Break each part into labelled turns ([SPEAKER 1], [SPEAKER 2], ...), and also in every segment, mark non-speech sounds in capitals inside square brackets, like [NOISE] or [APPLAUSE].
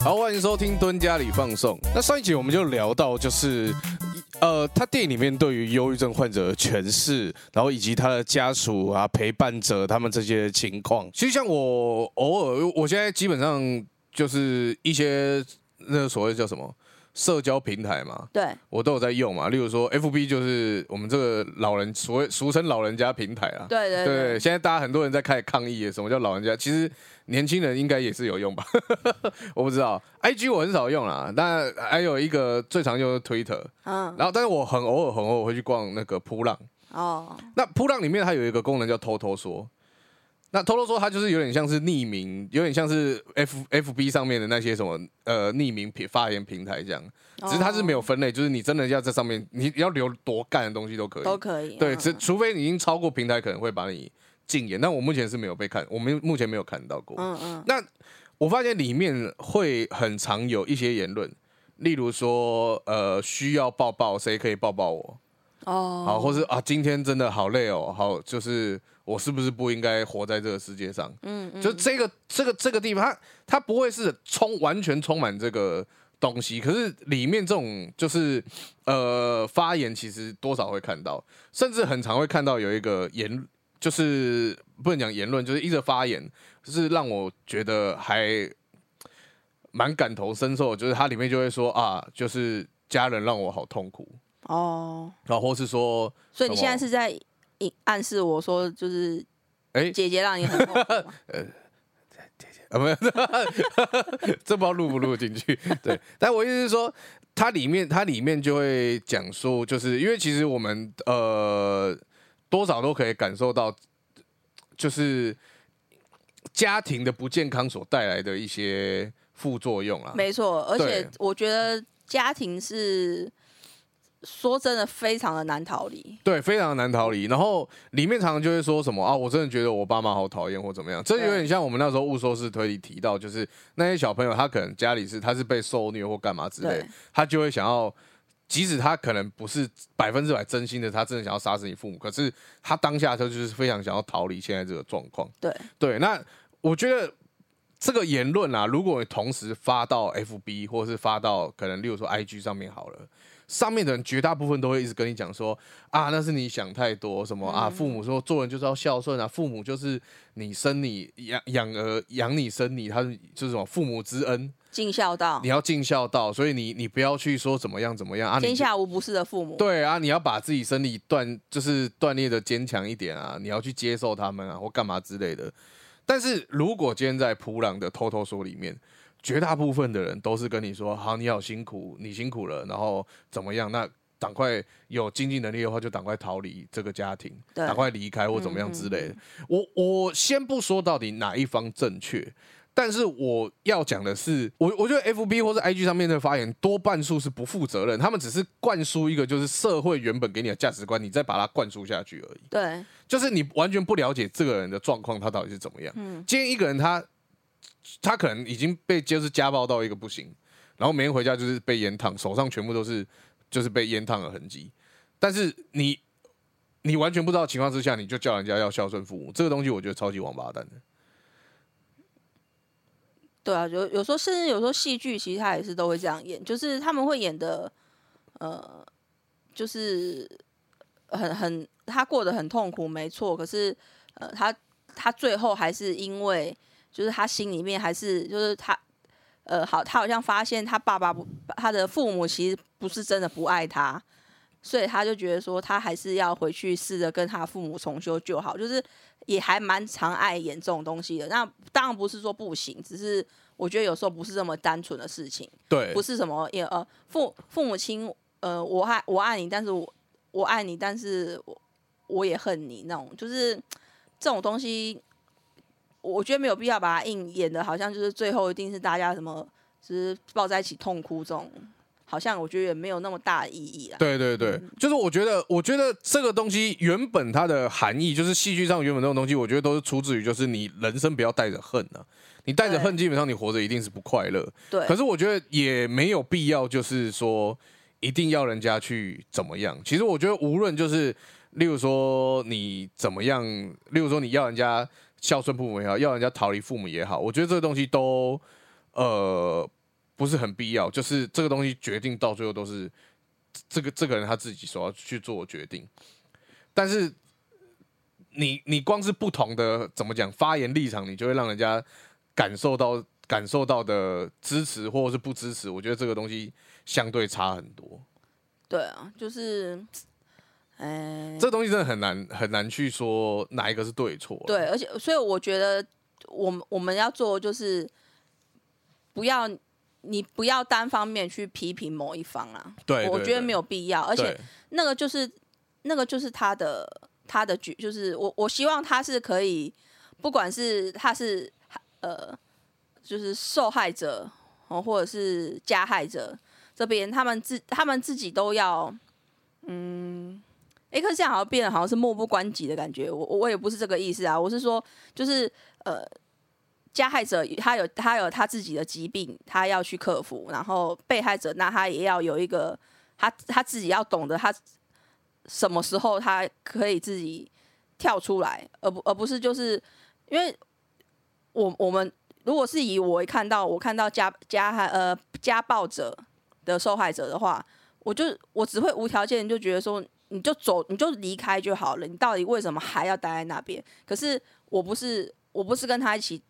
[SPEAKER 1] 好，欢迎收听《蹲家里放送》。那上一集我们就聊到，就是呃，他电影里面对于忧郁症患者的诠释，然后以及他的家属啊、陪伴者他们这些情况。其实像我偶尔，我现在基本上就是一些那所谓叫什么社交平台 [LAUGHS] 嘛，
[SPEAKER 2] 对，
[SPEAKER 1] 我都有在用嘛。例如说，FB 就是我们这个老人所谓俗称老人家平台啊。
[SPEAKER 2] 对对对
[SPEAKER 1] 对，现在大家很多人在开始抗议什么叫老人家，其实年轻人应该也是有用吧？ [LAUGHS] 我不知道，IG 我很少用啦，但还有一个最常用的 Twitter，
[SPEAKER 2] 嗯，
[SPEAKER 1] 然后但是我很偶尔很偶尔会去逛那个扑浪，
[SPEAKER 2] 哦，
[SPEAKER 1] 那扑浪里面它有一个功能叫偷偷说。那偷偷说，它就是有点像是匿名，有点像是 F F B 上面的那些什么呃匿名平发言平台这样，只是它是没有分类，就是你真的要在上面，你要留多干的东西都可以，
[SPEAKER 2] 都可以，
[SPEAKER 1] 对，
[SPEAKER 2] 嗯
[SPEAKER 1] 只除非你已经超过平台，可能会把你禁言。但我目前是没有被看，我们目前没有看到过。
[SPEAKER 2] 嗯嗯，
[SPEAKER 1] 那我发现里面会很常有一些言论，例如说，呃，需要抱抱，谁可以抱抱我？
[SPEAKER 2] 哦，
[SPEAKER 1] 好，或是啊，今天真的好累哦，好，就是我是不是不应该活在这个世界上？
[SPEAKER 2] 嗯嗯，
[SPEAKER 1] 就这个这个这个地方，它它不会是充完全充满这个东西，可是里面这种就是呃发言，其实多少会看到，甚至很常会看到有一个言，就是不能讲言论，就是一直发言，就是让我觉得还蛮感同身受，就是它里面就会说啊，就是家人让我好痛苦，
[SPEAKER 2] 哦，
[SPEAKER 1] 然后或是说
[SPEAKER 2] 所以你
[SPEAKER 1] 什么
[SPEAKER 2] 现在是在引暗示我说，就是
[SPEAKER 1] 哎
[SPEAKER 2] 姐姐让你很痛苦
[SPEAKER 1] [LAUGHS]
[SPEAKER 2] 吗
[SPEAKER 1] 啊，没有， [LAUGHS] 这不知道录不录进去。对，但我意思是说，它里面它里面就会讲述，就是因为其实我们呃多少都可以感受到，就是家庭的不健康所带来的一些副作用啊。
[SPEAKER 2] 没错，而且
[SPEAKER 1] 对
[SPEAKER 2] 我觉得家庭是说真的非常的难逃离，
[SPEAKER 1] 对，非常难逃离。然后里面常常就会说什么啊，我真的觉得我爸妈好讨厌或怎么样，这有点像我们那时候误收式推理提到，就是那些小朋友他可能家里是他是被受虐或干嘛之类的
[SPEAKER 2] 对，
[SPEAKER 1] 他就会想要。即使他可能不是百分之百真心的，他真的想要杀死你父母，可是他当下他就是非常想要逃离现在这个状况。
[SPEAKER 2] 对，
[SPEAKER 1] 对，那我觉得这个言论啊，如果你同时发到 FB 或是发到可能，例如说 IG 上面好了，上面的人绝大部分都会一直跟你讲说啊，那是你想太多，什么啊，父母说做人就是要孝顺啊，父母就是你生你养养儿养你生你，他是就是什么父母之恩，
[SPEAKER 2] 尽孝道
[SPEAKER 1] 你，要尽孝道，所以你你不要去说怎么样怎么样啊，你
[SPEAKER 2] 天下无不是的父母，
[SPEAKER 1] 对啊，你要把自己身体锻，就是锻炼的坚强一点啊，你要去接受他们啊，或干嘛之类的。但是如果今天在普朗的偷偷说里面，绝大部分的人都是跟你说，好，你好辛苦，你辛苦了，然后怎么样？那赶快有经济能力的话，就赶快逃离这个家庭，
[SPEAKER 2] 对
[SPEAKER 1] 赶快离开或怎么样之类的。我我先不说到底哪一方正确，但是我要讲的是，我我觉得 F B 或是 I G 上面的发言多半数是不负责任，他们只是灌输一个就是社会原本给你的价值观，你再把它灌输下去而已。
[SPEAKER 2] 对
[SPEAKER 1] 就是你完全不了解这个人的状况，他到底是怎么样。
[SPEAKER 2] 嗯
[SPEAKER 1] 今天一个人他他可能已经被就是家暴到一个不行，然后每天回家就是被烟烫，手上全部都是就是被烟烫的痕迹。但是你你完全不知道的情况之下，你就叫人家要孝顺父母，这个东西我觉得超级王八蛋的。
[SPEAKER 2] 对啊，有有时候甚至有时候戏剧其实他也是都会这样演，就是他们会演的，呃，就是很很他过得很痛苦，没错，可是呃，他他最后还是因为就是他心里面还是就是他。呃，好，他好像发现他爸爸不，他的父母其实不是真的不爱他，所以他就觉得说他还是要回去试着跟他父母重修旧好，就是也还蛮常爱演这种东西的。那当然不是说不行，只是我觉得有时候不是这么单纯的事情，
[SPEAKER 1] 对
[SPEAKER 2] 不，是什么也呃父父母亲呃我爱我爱你，但是我我爱你，但是我我也恨你那种，就是这种东西，我觉得没有必要把它硬演的，好像就是最后一定是大家什么就是抱在一起痛哭这种，好像我觉得也没有那么大的意义啦。
[SPEAKER 1] 对对
[SPEAKER 2] 嗯
[SPEAKER 1] 对，就是我觉得，我觉得这个东西原本它的含义，就是戏剧上原本这种东西，我觉得都是出自于就是你人生不要带着恨啊，你带着恨，
[SPEAKER 2] 对
[SPEAKER 1] 基本上你活着一定是不快乐。
[SPEAKER 2] 对
[SPEAKER 1] 可是我觉得也没有必要，就是说一定要人家去怎么样。其实我觉得无论就是，例如说你怎么样，例如说你要人家孝顺父母也好，要人家逃离父母也好，我觉得这个东西都呃不是很必要，就是这个东西决定到最后都是这个这个人他自己所要去做的决定。但是你你光是不同的怎么讲发言立场，你就会让人家感受到感受到的支持或者是不支持，我觉得这个东西相对差很多。
[SPEAKER 2] 对啊，就是，哎，
[SPEAKER 1] 这东西真的很难很难去说哪一个是对错。，
[SPEAKER 2] 对，而且所以我觉得我们我们要做的就是不要你不要单方面去批评某一方啊，
[SPEAKER 1] 对
[SPEAKER 2] 我觉得没
[SPEAKER 1] 有，
[SPEAKER 2] 有必要，而且
[SPEAKER 1] 对
[SPEAKER 2] 那个就是那个就是他的他的局，就是我我希望他是可以，不管是他是呃，就是受害者哦，或者是加害者这边，他们自他们自己都要，嗯，诶，可是这样好像变得好像是漠不关己的感觉，我我我也不是这个意思啊，我是说就是呃。加害者他有他有他自己的疾病，他要去克服，然后被害者那他也要有一个他他自己要懂得他什么时候他可以自己跳出来，而不而不是就是因为我我们如果是以我看到我看到家家害呃家暴者的受害者的话，我就我只会无条件就觉得说你就走你就离开就好了，你到底为什么还要待在那边？可是我不是我不是跟他一起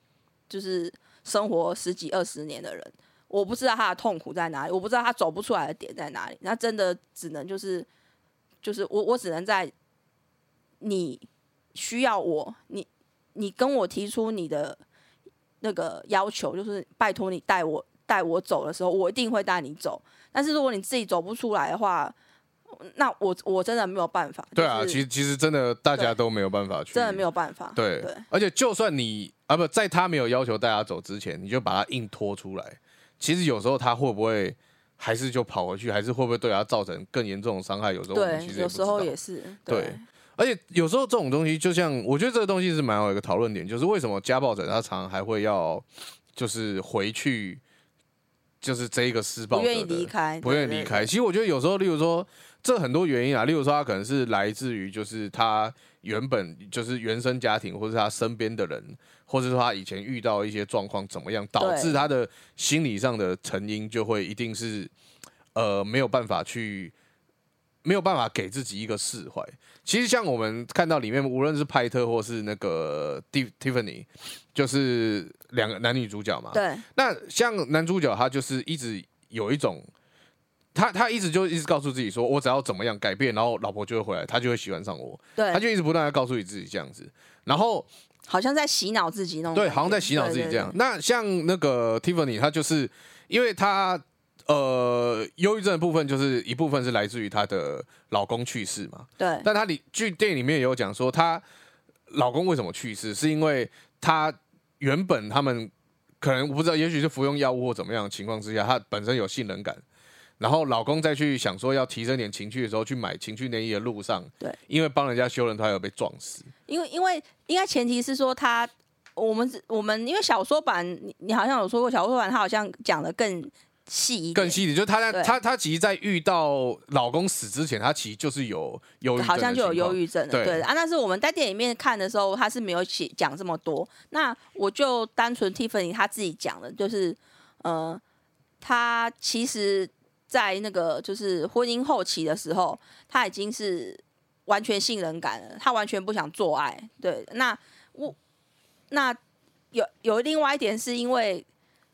[SPEAKER 2] 就是生活十几二十年的人，我不知道他的痛苦在哪里，我不知道他走不出来的点在哪里。那真的只能就是就是我我只能在你需要我，你你跟我提出你的那个要求，就是拜托你带我带我走的时候，我一定会带你走。但是如果你自己走不出来的话，那我我真的没有办法。
[SPEAKER 1] 对啊，
[SPEAKER 2] 就是
[SPEAKER 1] 其实其实真的大家
[SPEAKER 2] 对
[SPEAKER 1] 都没有办法去，
[SPEAKER 2] 真的没有办法。
[SPEAKER 1] 对，
[SPEAKER 2] 对
[SPEAKER 1] 而且就算你啊不在他没有要求大家走之前，你就把他硬拖出来，其实有时候他会不会还是就跑回去，还是会不会对他造成更严重的伤害？有时候我们其
[SPEAKER 2] 对，
[SPEAKER 1] 实
[SPEAKER 2] 有
[SPEAKER 1] 不
[SPEAKER 2] 时
[SPEAKER 1] 知
[SPEAKER 2] 候
[SPEAKER 1] 道
[SPEAKER 2] 也是
[SPEAKER 1] 对而且有时候这种东西，就像我觉得这个东西是蛮有一个讨论点，就是为什么家暴者他常常还会要就是回去，就是这一个施暴
[SPEAKER 2] 不
[SPEAKER 1] 者
[SPEAKER 2] 愿意
[SPEAKER 1] 的
[SPEAKER 2] 离开，
[SPEAKER 1] 不愿意
[SPEAKER 2] 对
[SPEAKER 1] 离
[SPEAKER 2] 对
[SPEAKER 1] 开。
[SPEAKER 2] 对
[SPEAKER 1] 其实我觉得有时候，例如说这很多原因啊，例如说他可能是来自于就是他原本就是原生家庭，或是他身边的人，或者说他以前遇到一些状况怎么样，导致他的心理上的成因就会一定是呃没有办法去。没有办法给自己一个释怀。其实像我们看到里面，无论是派特或是那个 Ti- Tiffany，就是两个男女主角嘛，
[SPEAKER 2] 对
[SPEAKER 1] 那像男主角他就是一直有一种，他他一直就一直告诉自己说，我只要怎么样改变，然后老婆就会回来，他就会喜欢上我，
[SPEAKER 2] 对
[SPEAKER 1] 他就一直不断的告诉你自己这样子，然后
[SPEAKER 2] 好像在洗脑自己那种感
[SPEAKER 1] 对，
[SPEAKER 2] 觉，
[SPEAKER 1] 好像在洗脑自己
[SPEAKER 2] 对
[SPEAKER 1] 这样。。那像那个 Tiffany，她就是因为她呃忧郁症的部分，就是一部分是来自于她的老公去世嘛，
[SPEAKER 2] 对对
[SPEAKER 1] 但她里据电影里面也有讲说，她老公为什么去世，是因为她原本他们可能我不知道，也许是服用药物或怎么样的情况之下，她本身有性冷感，然后老公再去想说要提升点情趣的时候，去买情趣内衣的路上，
[SPEAKER 2] 对，
[SPEAKER 1] 因为帮人家修人，她有被撞死，
[SPEAKER 2] 因为因为应该前提是说他，我们只我们因为小说版，你你好像有说过小说版，他好像讲的更细一点，
[SPEAKER 1] 更细一点，就是她在
[SPEAKER 2] 对
[SPEAKER 1] 她她其实，在遇到老公死之前，她其实就是有忧郁症的
[SPEAKER 2] 好像就有
[SPEAKER 1] 情
[SPEAKER 2] 忧
[SPEAKER 1] 况，
[SPEAKER 2] 郁症了。
[SPEAKER 1] 对
[SPEAKER 2] 对啊，但是我们在电影里面看的时候，他是没有写讲这么多。那我就单纯 Tiffany 他自己讲的，就是呃，他其实，在那个就是婚姻后期的时候，他已经是完全性冷感了，他完全不想做爱。对，那我那有有另外一点是因为，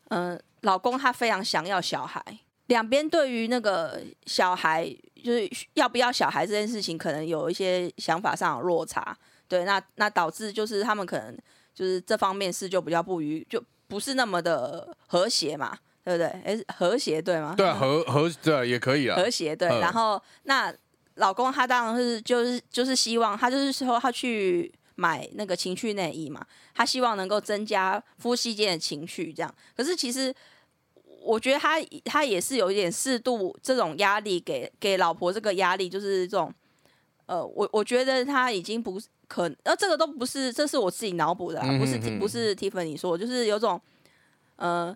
[SPEAKER 2] 嗯、老公他非常想要小孩，两边对于那个小孩就是要不要小孩这件事情，可能有一些想法上的落差。对，那那导致就是他们可能就是这方面是就比较不愉，就不是那么的和谐嘛，对不对？哎、是和谐对吗？嗯
[SPEAKER 1] 对啊，和和对啊也可以啊，
[SPEAKER 2] 和谐对，
[SPEAKER 1] 嗯
[SPEAKER 2] 然后那老公他当然是就是就是希望他就是说他去买那个情趣内衣嘛，他希望能够增加夫妻间的情趣这样。可是其实我觉得他他也是有一点适度这种压力给给老婆这个压力，就是这种呃，我我觉得他已经不是可，呃，这个都不是，这是我自己脑补的啦，啊
[SPEAKER 1] 嗯
[SPEAKER 2] 不是
[SPEAKER 1] 嗯嗯
[SPEAKER 2] 不是 Tiffany 说，就是有种呃。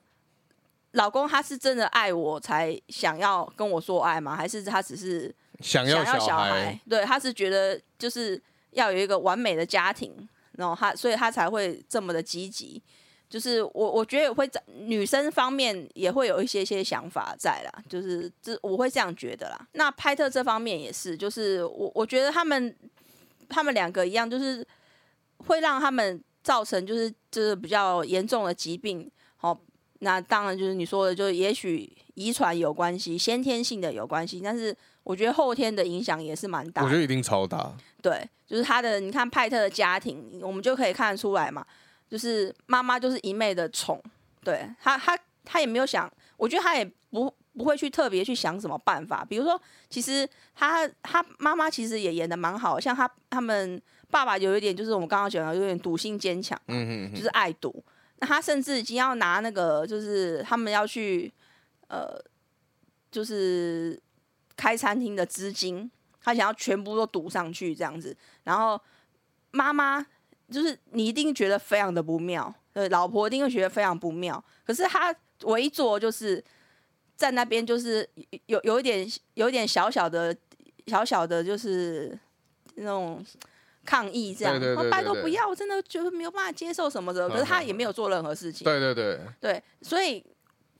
[SPEAKER 2] 老公他是真的爱我才想要跟我做爱吗？还是他只是
[SPEAKER 1] 想
[SPEAKER 2] 想
[SPEAKER 1] 要
[SPEAKER 2] 要小
[SPEAKER 1] 孩，，
[SPEAKER 2] 对，他是觉得就是要有一个完美的家庭，然后他所以他才会这么的积极。就是我我觉得也会在女生方面也会有一些些想法在啦，就是这我会这样觉得啦。那拍特这方面也是，就是我我觉得他们他们两个一样，就是会让他们造成就是就是比较严重的疾病。好，那当然就是你说的，就是也许遗传有关系，先天性的有关系，但是我觉得后天的影响也是蛮大
[SPEAKER 1] 我
[SPEAKER 2] 的
[SPEAKER 1] 觉。得一定超大。
[SPEAKER 2] 对，就是他的，你看派特的家庭，我们就可以看得出来嘛，就是妈妈就是一昧的宠，对他，他他也没有想，我觉得他也不不会去特别去想什么办法，比如说，其实他他妈妈其实也演的蛮好，像他他们爸爸有一点就是我们刚刚讲的有点赌性坚强，
[SPEAKER 1] 嗯嗯
[SPEAKER 2] 就
[SPEAKER 1] 嗯，
[SPEAKER 2] 是爱赌，那他甚至已经要拿那个就是他们要去呃就是开餐厅的资金，他想要全部都赌上去这样子。然后妈妈就是你一定觉得非常的不妙，对，老婆一定会觉得非常不妙。可是他唯一做的就是在那边就是有有一点有一点小小的小小的就是那种。抗议这样，
[SPEAKER 1] 对对对
[SPEAKER 2] 哦
[SPEAKER 1] 对
[SPEAKER 2] 拜托不
[SPEAKER 1] 对
[SPEAKER 2] 要！我真的觉得没有办法接受什么的。可是他也没有做任何事情，
[SPEAKER 1] 嗯对对对，
[SPEAKER 2] 对，所以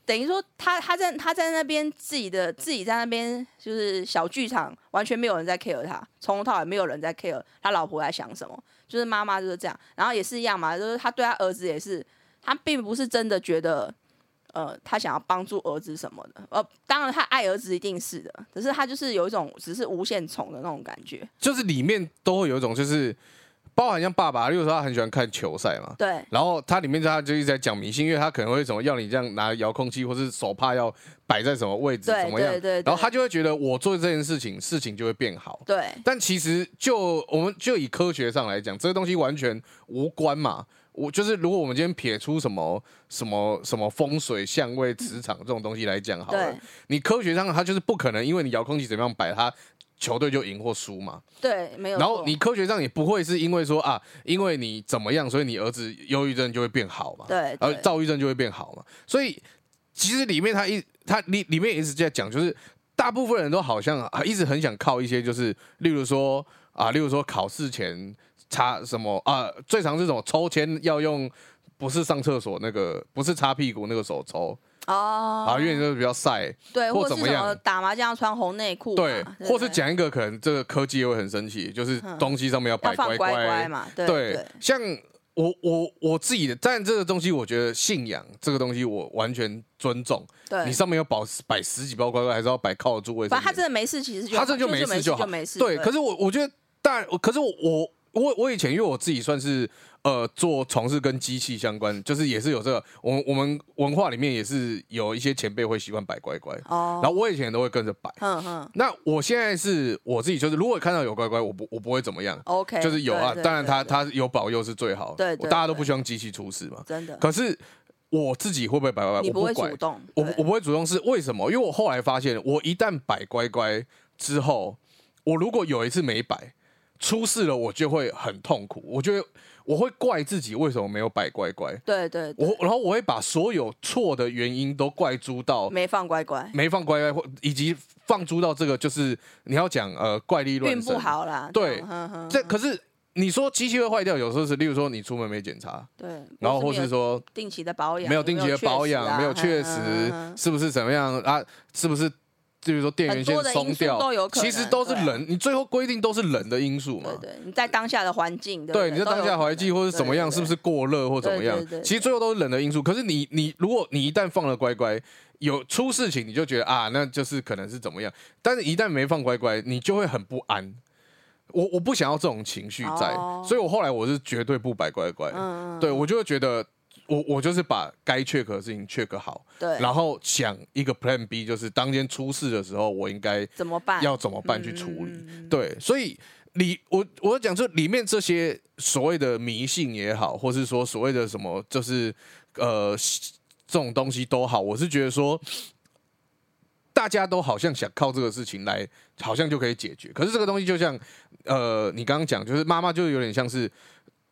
[SPEAKER 2] 等于说他他在他在那边自己的自己在那边就是小剧场，完全没有人在 care 他，从头到尾没有人在 care 他老婆在想什么，就是妈妈就是这样，然后也是一样嘛，就是他对他儿子也是，他并不是真的觉得。呃，他想要帮助儿子什么的，呃，当然他爱儿子一定是的，可是他就是有一种只是无限宠的那种感觉，
[SPEAKER 1] 就是里面都会有一种就是，包含像爸爸，例如说他很喜欢看球赛嘛，
[SPEAKER 2] 对
[SPEAKER 1] 然后它里面他就一直在讲迷信，因为他可能会什么要你这样拿遥控器，或是手帕要摆在什么位置，
[SPEAKER 2] 对
[SPEAKER 1] 怎么样
[SPEAKER 2] 对，对，
[SPEAKER 1] 然后他就会觉得我做这件事情，事情就会变好。
[SPEAKER 2] 对
[SPEAKER 1] 但其实就我们就以科学上来讲，这个东西完全无关嘛。我就是如果我们今天撇出什么什么什么风水、相位、磁场这种东西来讲好了
[SPEAKER 2] 对，
[SPEAKER 1] 你科学上它就是不可能，因为你遥控器怎么样摆，它球队就赢或输嘛。
[SPEAKER 2] 对，没有
[SPEAKER 1] 然后
[SPEAKER 2] 错
[SPEAKER 1] 你科学上也不会是因为说啊，因为你怎么样，所以你儿子忧郁症就会变好嘛，
[SPEAKER 2] 对
[SPEAKER 1] 然后
[SPEAKER 2] 对
[SPEAKER 1] 躁郁症就会变好嘛。所以其实里面他一他里里面也一直在讲，就是大部分人都好像啊一直很想靠一些，就是例如说啊，例如说考试前擦什么啊，最常是什么抽签要用。不是上厕所那个，不是擦屁股那个手抽、
[SPEAKER 2] 哦
[SPEAKER 1] 啊，因为就是比较晒，
[SPEAKER 2] 对，
[SPEAKER 1] 或
[SPEAKER 2] 或是
[SPEAKER 1] 怎么
[SPEAKER 2] 什
[SPEAKER 1] 样
[SPEAKER 2] 么打麻将要穿红内裤嘛，
[SPEAKER 1] 对，
[SPEAKER 2] 哦对，
[SPEAKER 1] 或是讲一个可能这个科技也会很生气，就是
[SPEAKER 2] 嗯
[SPEAKER 1] 东西上面要
[SPEAKER 2] 要
[SPEAKER 1] 摆
[SPEAKER 2] 放乖
[SPEAKER 1] 乖
[SPEAKER 2] 嘛，对
[SPEAKER 1] 对，
[SPEAKER 2] 对
[SPEAKER 1] 像我我我自己的，但这个东西我觉得信仰这个东西我完全尊重。
[SPEAKER 2] 对
[SPEAKER 1] 你，上面要保摆十几包乖乖，还是要摆靠得住卫生
[SPEAKER 2] 反正他
[SPEAKER 1] 棉？
[SPEAKER 2] 真的没事，其实就
[SPEAKER 1] 他
[SPEAKER 2] 好
[SPEAKER 1] 这就
[SPEAKER 2] 就
[SPEAKER 1] 没事
[SPEAKER 2] 就
[SPEAKER 1] 就好
[SPEAKER 2] 没事，
[SPEAKER 1] 对，可是我我觉得，但可是我我我我以前因为我自己算是呃做从事跟机器相关，就是也是有这个，我们我们文化里面也是有一些前辈会习惯摆乖乖，
[SPEAKER 2] 哦，
[SPEAKER 1] 然后我以前都会跟着摆。
[SPEAKER 2] 嗯嗯
[SPEAKER 1] 那我现在是我自己，就是如果看到有乖乖，我不我不会怎么样，
[SPEAKER 2] ，OK，
[SPEAKER 1] 就是有啊
[SPEAKER 2] 对，对
[SPEAKER 1] 当然
[SPEAKER 2] 对
[SPEAKER 1] 他
[SPEAKER 2] 对
[SPEAKER 1] 他有保佑是最好，
[SPEAKER 2] 对对
[SPEAKER 1] 大家都
[SPEAKER 2] 对
[SPEAKER 1] 不希望机器出事嘛。
[SPEAKER 2] 真的，
[SPEAKER 1] 可是我自己会不会摆乖乖？
[SPEAKER 2] 你
[SPEAKER 1] 我
[SPEAKER 2] 会
[SPEAKER 1] 管
[SPEAKER 2] 主，动，
[SPEAKER 1] 我
[SPEAKER 2] 对
[SPEAKER 1] 不我不会主动是为什么？因为我后来发现，我一旦摆乖乖之后，我如果有一次没摆出事了，我就会很痛苦，我就会我会怪自己为什么没有摆乖乖，
[SPEAKER 2] 对对对
[SPEAKER 1] 我然后我会把所有错的原因都怪诸到
[SPEAKER 2] 没放乖乖，
[SPEAKER 1] 没放乖乖，或以及放诸到这个就是你要讲呃怪力乱
[SPEAKER 2] 运
[SPEAKER 1] 神，
[SPEAKER 2] 不好啦，
[SPEAKER 1] 对
[SPEAKER 2] 这样哼哼
[SPEAKER 1] 这可是你说机器会坏掉，有时候是，例如说你出门没检查，
[SPEAKER 2] 对，
[SPEAKER 1] 然后或
[SPEAKER 2] 没有
[SPEAKER 1] 是说
[SPEAKER 2] 定期的保养，
[SPEAKER 1] 没有定期的
[SPEAKER 2] 啊
[SPEAKER 1] 保养，没有确
[SPEAKER 2] 实啊，
[SPEAKER 1] 实
[SPEAKER 2] 哼哼哼
[SPEAKER 1] 是不是怎么样啊？是不是？例如说电源线
[SPEAKER 2] 很多的因素
[SPEAKER 1] 松掉
[SPEAKER 2] 都有，可
[SPEAKER 1] 其
[SPEAKER 2] 能
[SPEAKER 1] 实都是
[SPEAKER 2] 对
[SPEAKER 1] 人，你最后规定都是人的因素嘛
[SPEAKER 2] 对。对，你在当下的环境，对不
[SPEAKER 1] 对，
[SPEAKER 2] 对，
[SPEAKER 1] 你在
[SPEAKER 2] 都有
[SPEAKER 1] 当下
[SPEAKER 2] 可
[SPEAKER 1] 怀疑
[SPEAKER 2] 能
[SPEAKER 1] 或是怎么样，
[SPEAKER 2] 对
[SPEAKER 1] 是不是过热或怎么样
[SPEAKER 2] 对对对？对
[SPEAKER 1] 其实最后都是人的因素。可是你你如果你一旦放了乖乖，有出事情你就觉得啊，那就是可能是怎么样。但是一旦没放乖乖，你就会很不安。我我不想要这种情绪在，
[SPEAKER 2] 哦
[SPEAKER 1] 所以我后来我是绝对不摆乖乖。
[SPEAKER 2] 嗯嗯
[SPEAKER 1] 对我就会觉得。我我就是把该 check 的事情 check 好，
[SPEAKER 2] 对，
[SPEAKER 1] 然后想一个 Plan B，就是当天出事的时候，我应该
[SPEAKER 2] 怎么办？
[SPEAKER 1] 要怎么办去处理。
[SPEAKER 2] 嗯
[SPEAKER 1] 对，所以里我我讲说里面这些所谓的迷信也好，或是说所谓的什么，就是呃这种东西都好，我是觉得说。大家都好像想靠这个事情来，好像就可以解决。可是这个东西就像，呃，你刚刚讲，就是妈妈就有点像是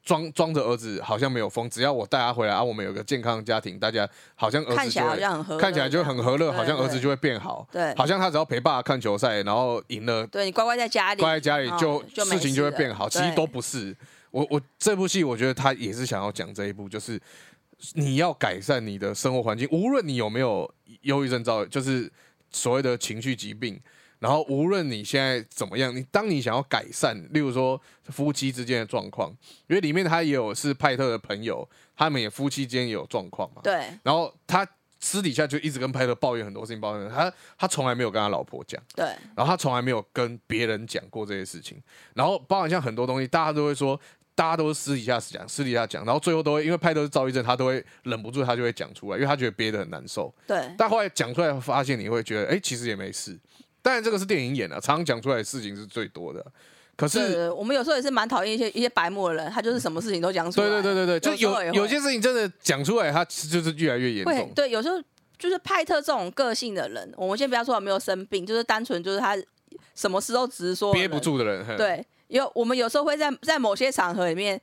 [SPEAKER 1] 装装着儿子好像没有疯，只要我带他回来啊，我们有个健康的家庭，大家好像儿子
[SPEAKER 2] 看起
[SPEAKER 1] 就会
[SPEAKER 2] 来好像很合，
[SPEAKER 1] 看起来就很和乐，
[SPEAKER 2] 对
[SPEAKER 1] 好像儿子
[SPEAKER 2] 对
[SPEAKER 1] 就会变好，
[SPEAKER 2] 对
[SPEAKER 1] 好像他只要陪爸爸看球赛，然后赢了，
[SPEAKER 2] 对你乖乖在家里，
[SPEAKER 1] 关在家里
[SPEAKER 2] 哦
[SPEAKER 1] 就
[SPEAKER 2] 就没
[SPEAKER 1] 事情就会
[SPEAKER 2] 事了
[SPEAKER 1] 变好。其实
[SPEAKER 2] 对
[SPEAKER 1] 都不是，我我这部戏我觉得他也是想要讲这一步，就是你要改善你的生活环境，无论你有没有忧郁症兆，就是所谓的情绪疾病。然后无论你现在怎么样，你当你想要改善，例如说夫妻之间的状况，因为里面他也有是派特的朋友，他们也夫妻间也有状况嘛。
[SPEAKER 2] 对
[SPEAKER 1] 然后他私底下就一直跟派特抱怨很多事情，抱怨他他从来没有跟他老婆讲。
[SPEAKER 2] 对
[SPEAKER 1] 然后他从来没有跟别人讲过这些事情。然后包含像很多东西，大家都会说，大家都是私底下讲，私底下讲，然后最后都会因为派都是躁郁症，他都会忍不住他就会讲出来，因为他觉得憋得很难受。
[SPEAKER 2] 对
[SPEAKER 1] 但后来讲出来，发现你会觉得，哎，其实也没事。当然这个是电影演的、常常讲出来的事情是最多的。可
[SPEAKER 2] 对，
[SPEAKER 1] 是，
[SPEAKER 2] 对我们有时候也是蛮讨厌一些一些白目的人，他就是什么事情都讲出来。
[SPEAKER 1] 对对对对对，就
[SPEAKER 2] 有时候
[SPEAKER 1] 有
[SPEAKER 2] 也会
[SPEAKER 1] 有些事情真的讲出来，他就是越来越严
[SPEAKER 2] 会
[SPEAKER 1] 重。
[SPEAKER 2] 对，有时候就是派特这种个性的人，我们先不要说他没有生病，就是单纯就是他什么事都直说，
[SPEAKER 1] 憋不。住的人，哼，
[SPEAKER 2] 对，有我们有时候会在在某些场合里面，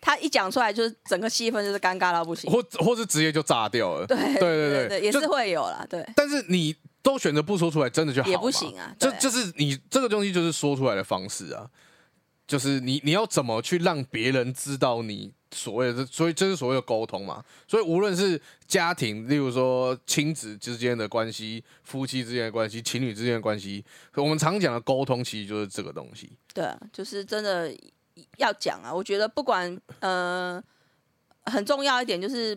[SPEAKER 2] 他一讲出来，就是整个气氛就是尴尬到不行。
[SPEAKER 1] 或或是直接就炸掉了。
[SPEAKER 2] 对
[SPEAKER 1] 对对
[SPEAKER 2] 对也
[SPEAKER 1] 就是
[SPEAKER 2] 会有啦，对
[SPEAKER 1] 但是你都选择不说出来，真的就好
[SPEAKER 2] 也
[SPEAKER 1] 吗
[SPEAKER 2] 不行啊
[SPEAKER 1] 这
[SPEAKER 2] 对
[SPEAKER 1] 就是你这个东西就是说出来的方式啊，就是你你要怎么去让别人知道你所谓的，所以这是所谓的沟通嘛。所以无论是家庭，例如说亲子之间的关系、夫妻之间的关系、情侣之间的关系，我们常讲的沟通其实就是这个东西。
[SPEAKER 2] 对啊，就是真的要讲啊。我觉得不管呃，很重要一点就是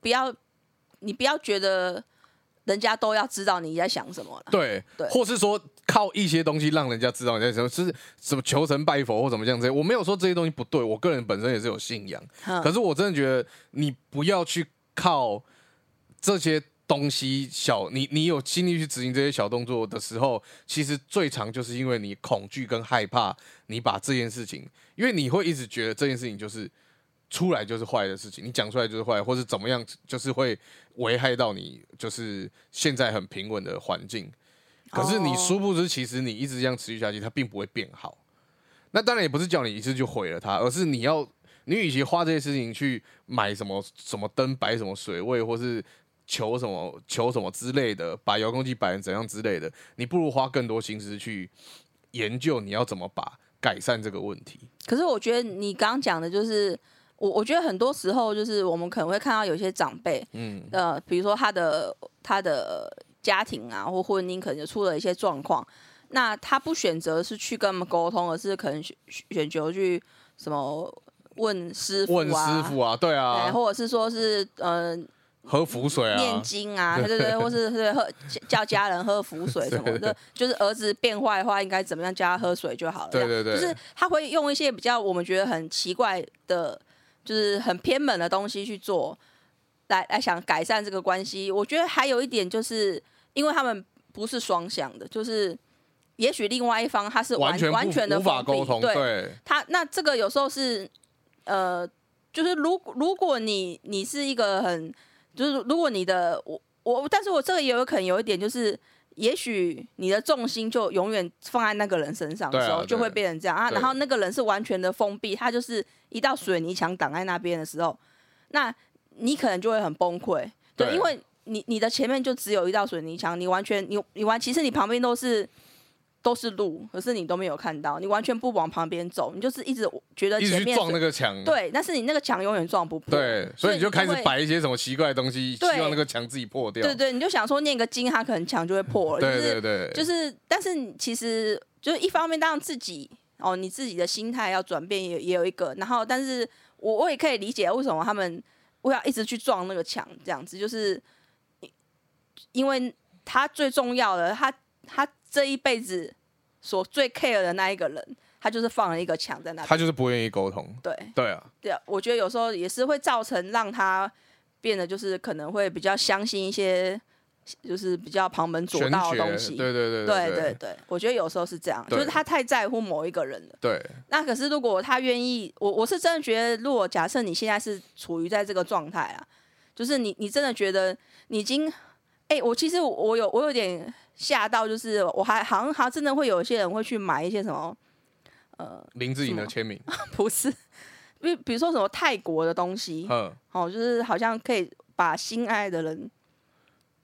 [SPEAKER 2] 不要你不要觉得人家都要知道你在想什么了。
[SPEAKER 1] 对，
[SPEAKER 2] 对
[SPEAKER 1] 或是说靠一些东西让人家知道你在什么，是什么求神拜佛或怎么这样子。我没有说这些东西不对，我个人本身也是有信仰，
[SPEAKER 2] 嗯
[SPEAKER 1] 可是我真的觉得你不要去靠这些东西小，你你有精力去执行这些小动作的时候，其实最常就是因为你恐惧跟害怕，你把这件事情，因为你会一直觉得这件事情就是。出来就是坏的事情，你讲出来就是坏，或是怎么样，就是会危害到你，就是现在很平稳的环境。可是你
[SPEAKER 2] 哦
[SPEAKER 1] 殊不知，其实你一直这样持续下去，它并不会变好。那当然也不是叫你一次就毁了它，而是你要，你与其花这些事情去买什么什么灯摆什么水位，或是求什么求什么之类的，把遥控器摆成怎样之类的，你不如花更多心思去研究你要怎么把改善这个问题。
[SPEAKER 2] 可是我觉得你刚刚讲的就是。我我觉得很多时候就是我们可能会看到有些长辈，
[SPEAKER 1] 嗯，
[SPEAKER 2] 呃，比如说他的他的家庭啊或婚姻可能就出了一些状况，那他不选择是去跟他们沟通，而是可能选选择去什么问师傅啊，
[SPEAKER 1] 问师傅啊，对
[SPEAKER 2] 对，
[SPEAKER 1] 啊，
[SPEAKER 2] 或者是说是呃
[SPEAKER 1] 喝符水
[SPEAKER 2] 念
[SPEAKER 1] 啊，
[SPEAKER 2] 经
[SPEAKER 1] [LAUGHS]
[SPEAKER 2] 啊，对对对，或是对喝 [LAUGHS] 叫家人喝符水什么
[SPEAKER 1] 对对
[SPEAKER 2] 的，就是儿子变坏的话，应该怎么样叫他喝水就好了。
[SPEAKER 1] 对对对
[SPEAKER 2] 啊就是他会用一些比较我们觉得很奇怪的，就是很偏门的东西去做，来来想改善这个关系。我觉得还有一点就是，因为他们不是双向的，就是也许另外一方他是完
[SPEAKER 1] 全
[SPEAKER 2] 完
[SPEAKER 1] 完
[SPEAKER 2] 全的
[SPEAKER 1] 无法
[SPEAKER 2] 封闭
[SPEAKER 1] 沟通，
[SPEAKER 2] 对
[SPEAKER 1] 对
[SPEAKER 2] 他那这个有时候是呃，就是如果如果你你是一个很就是如果你的我我，但是我这个也有可能有一点就是。也许你的重心就永远放在那个人身上的
[SPEAKER 1] 对啊
[SPEAKER 2] 时候，就
[SPEAKER 1] 对
[SPEAKER 2] 会变成这样啊。
[SPEAKER 1] 对
[SPEAKER 2] 然后那个人是完全的封闭，他就是一道水泥墙挡在那边的时候，那你可能就会很崩溃，对，
[SPEAKER 1] 对
[SPEAKER 2] 因为你你的前面就只有一道水泥墙，你完全你你完其实你旁边都是都是路，可是你都没有看到，你完全不往旁边走，你就是一直觉得
[SPEAKER 1] 一直
[SPEAKER 2] 呃前
[SPEAKER 1] 去
[SPEAKER 2] 面
[SPEAKER 1] 撞那
[SPEAKER 2] 是
[SPEAKER 1] 个墙，
[SPEAKER 2] 对，但是你那个墙永远撞不破。
[SPEAKER 1] 对，所以你就开始
[SPEAKER 2] 会
[SPEAKER 1] 摆一些什么奇怪的东西，希
[SPEAKER 2] 对
[SPEAKER 1] 望那个墙自己破掉。
[SPEAKER 2] 对对，你就想说念个经，它可能墙就会破了。
[SPEAKER 1] 对对对，
[SPEAKER 2] 就是就是，但是你其实就是一方面，当然自己哦，你自己的心态要转变也，也有一个。然后，但是我我也可以理解为什么他们会要一直去撞那个墙，这样子，就是因为他最重要的，他他这一辈子所最 care 的那一个人，他就是放了一个墙在那边。
[SPEAKER 1] 他就是不愿意沟通。
[SPEAKER 2] 对，
[SPEAKER 1] 对啊，
[SPEAKER 2] 对啊，我觉得有时候也是会造成让他变得就是可能会比较相信一些就是比较旁门左
[SPEAKER 1] 玄
[SPEAKER 2] 道
[SPEAKER 1] 学，
[SPEAKER 2] 的东西。
[SPEAKER 1] 对对对
[SPEAKER 2] 对
[SPEAKER 1] 对
[SPEAKER 2] 对，我觉得有时候是这样，就
[SPEAKER 1] 对
[SPEAKER 2] 是他太在乎某一个人了。
[SPEAKER 1] 对
[SPEAKER 2] 那可是如果他愿意，我我是真的觉得，如果假设你现在是处于在这个状态啊，就是你你真的觉得你已经，哎、我其实我有我有点吓到，就是我还好像还真的会有一些人会去买一些什么，呃，
[SPEAKER 1] 林志颖的签名，
[SPEAKER 2] 不是，比比如说什么泰国的东西，
[SPEAKER 1] 嗯，
[SPEAKER 2] 哦，就是好像可以把心爱的人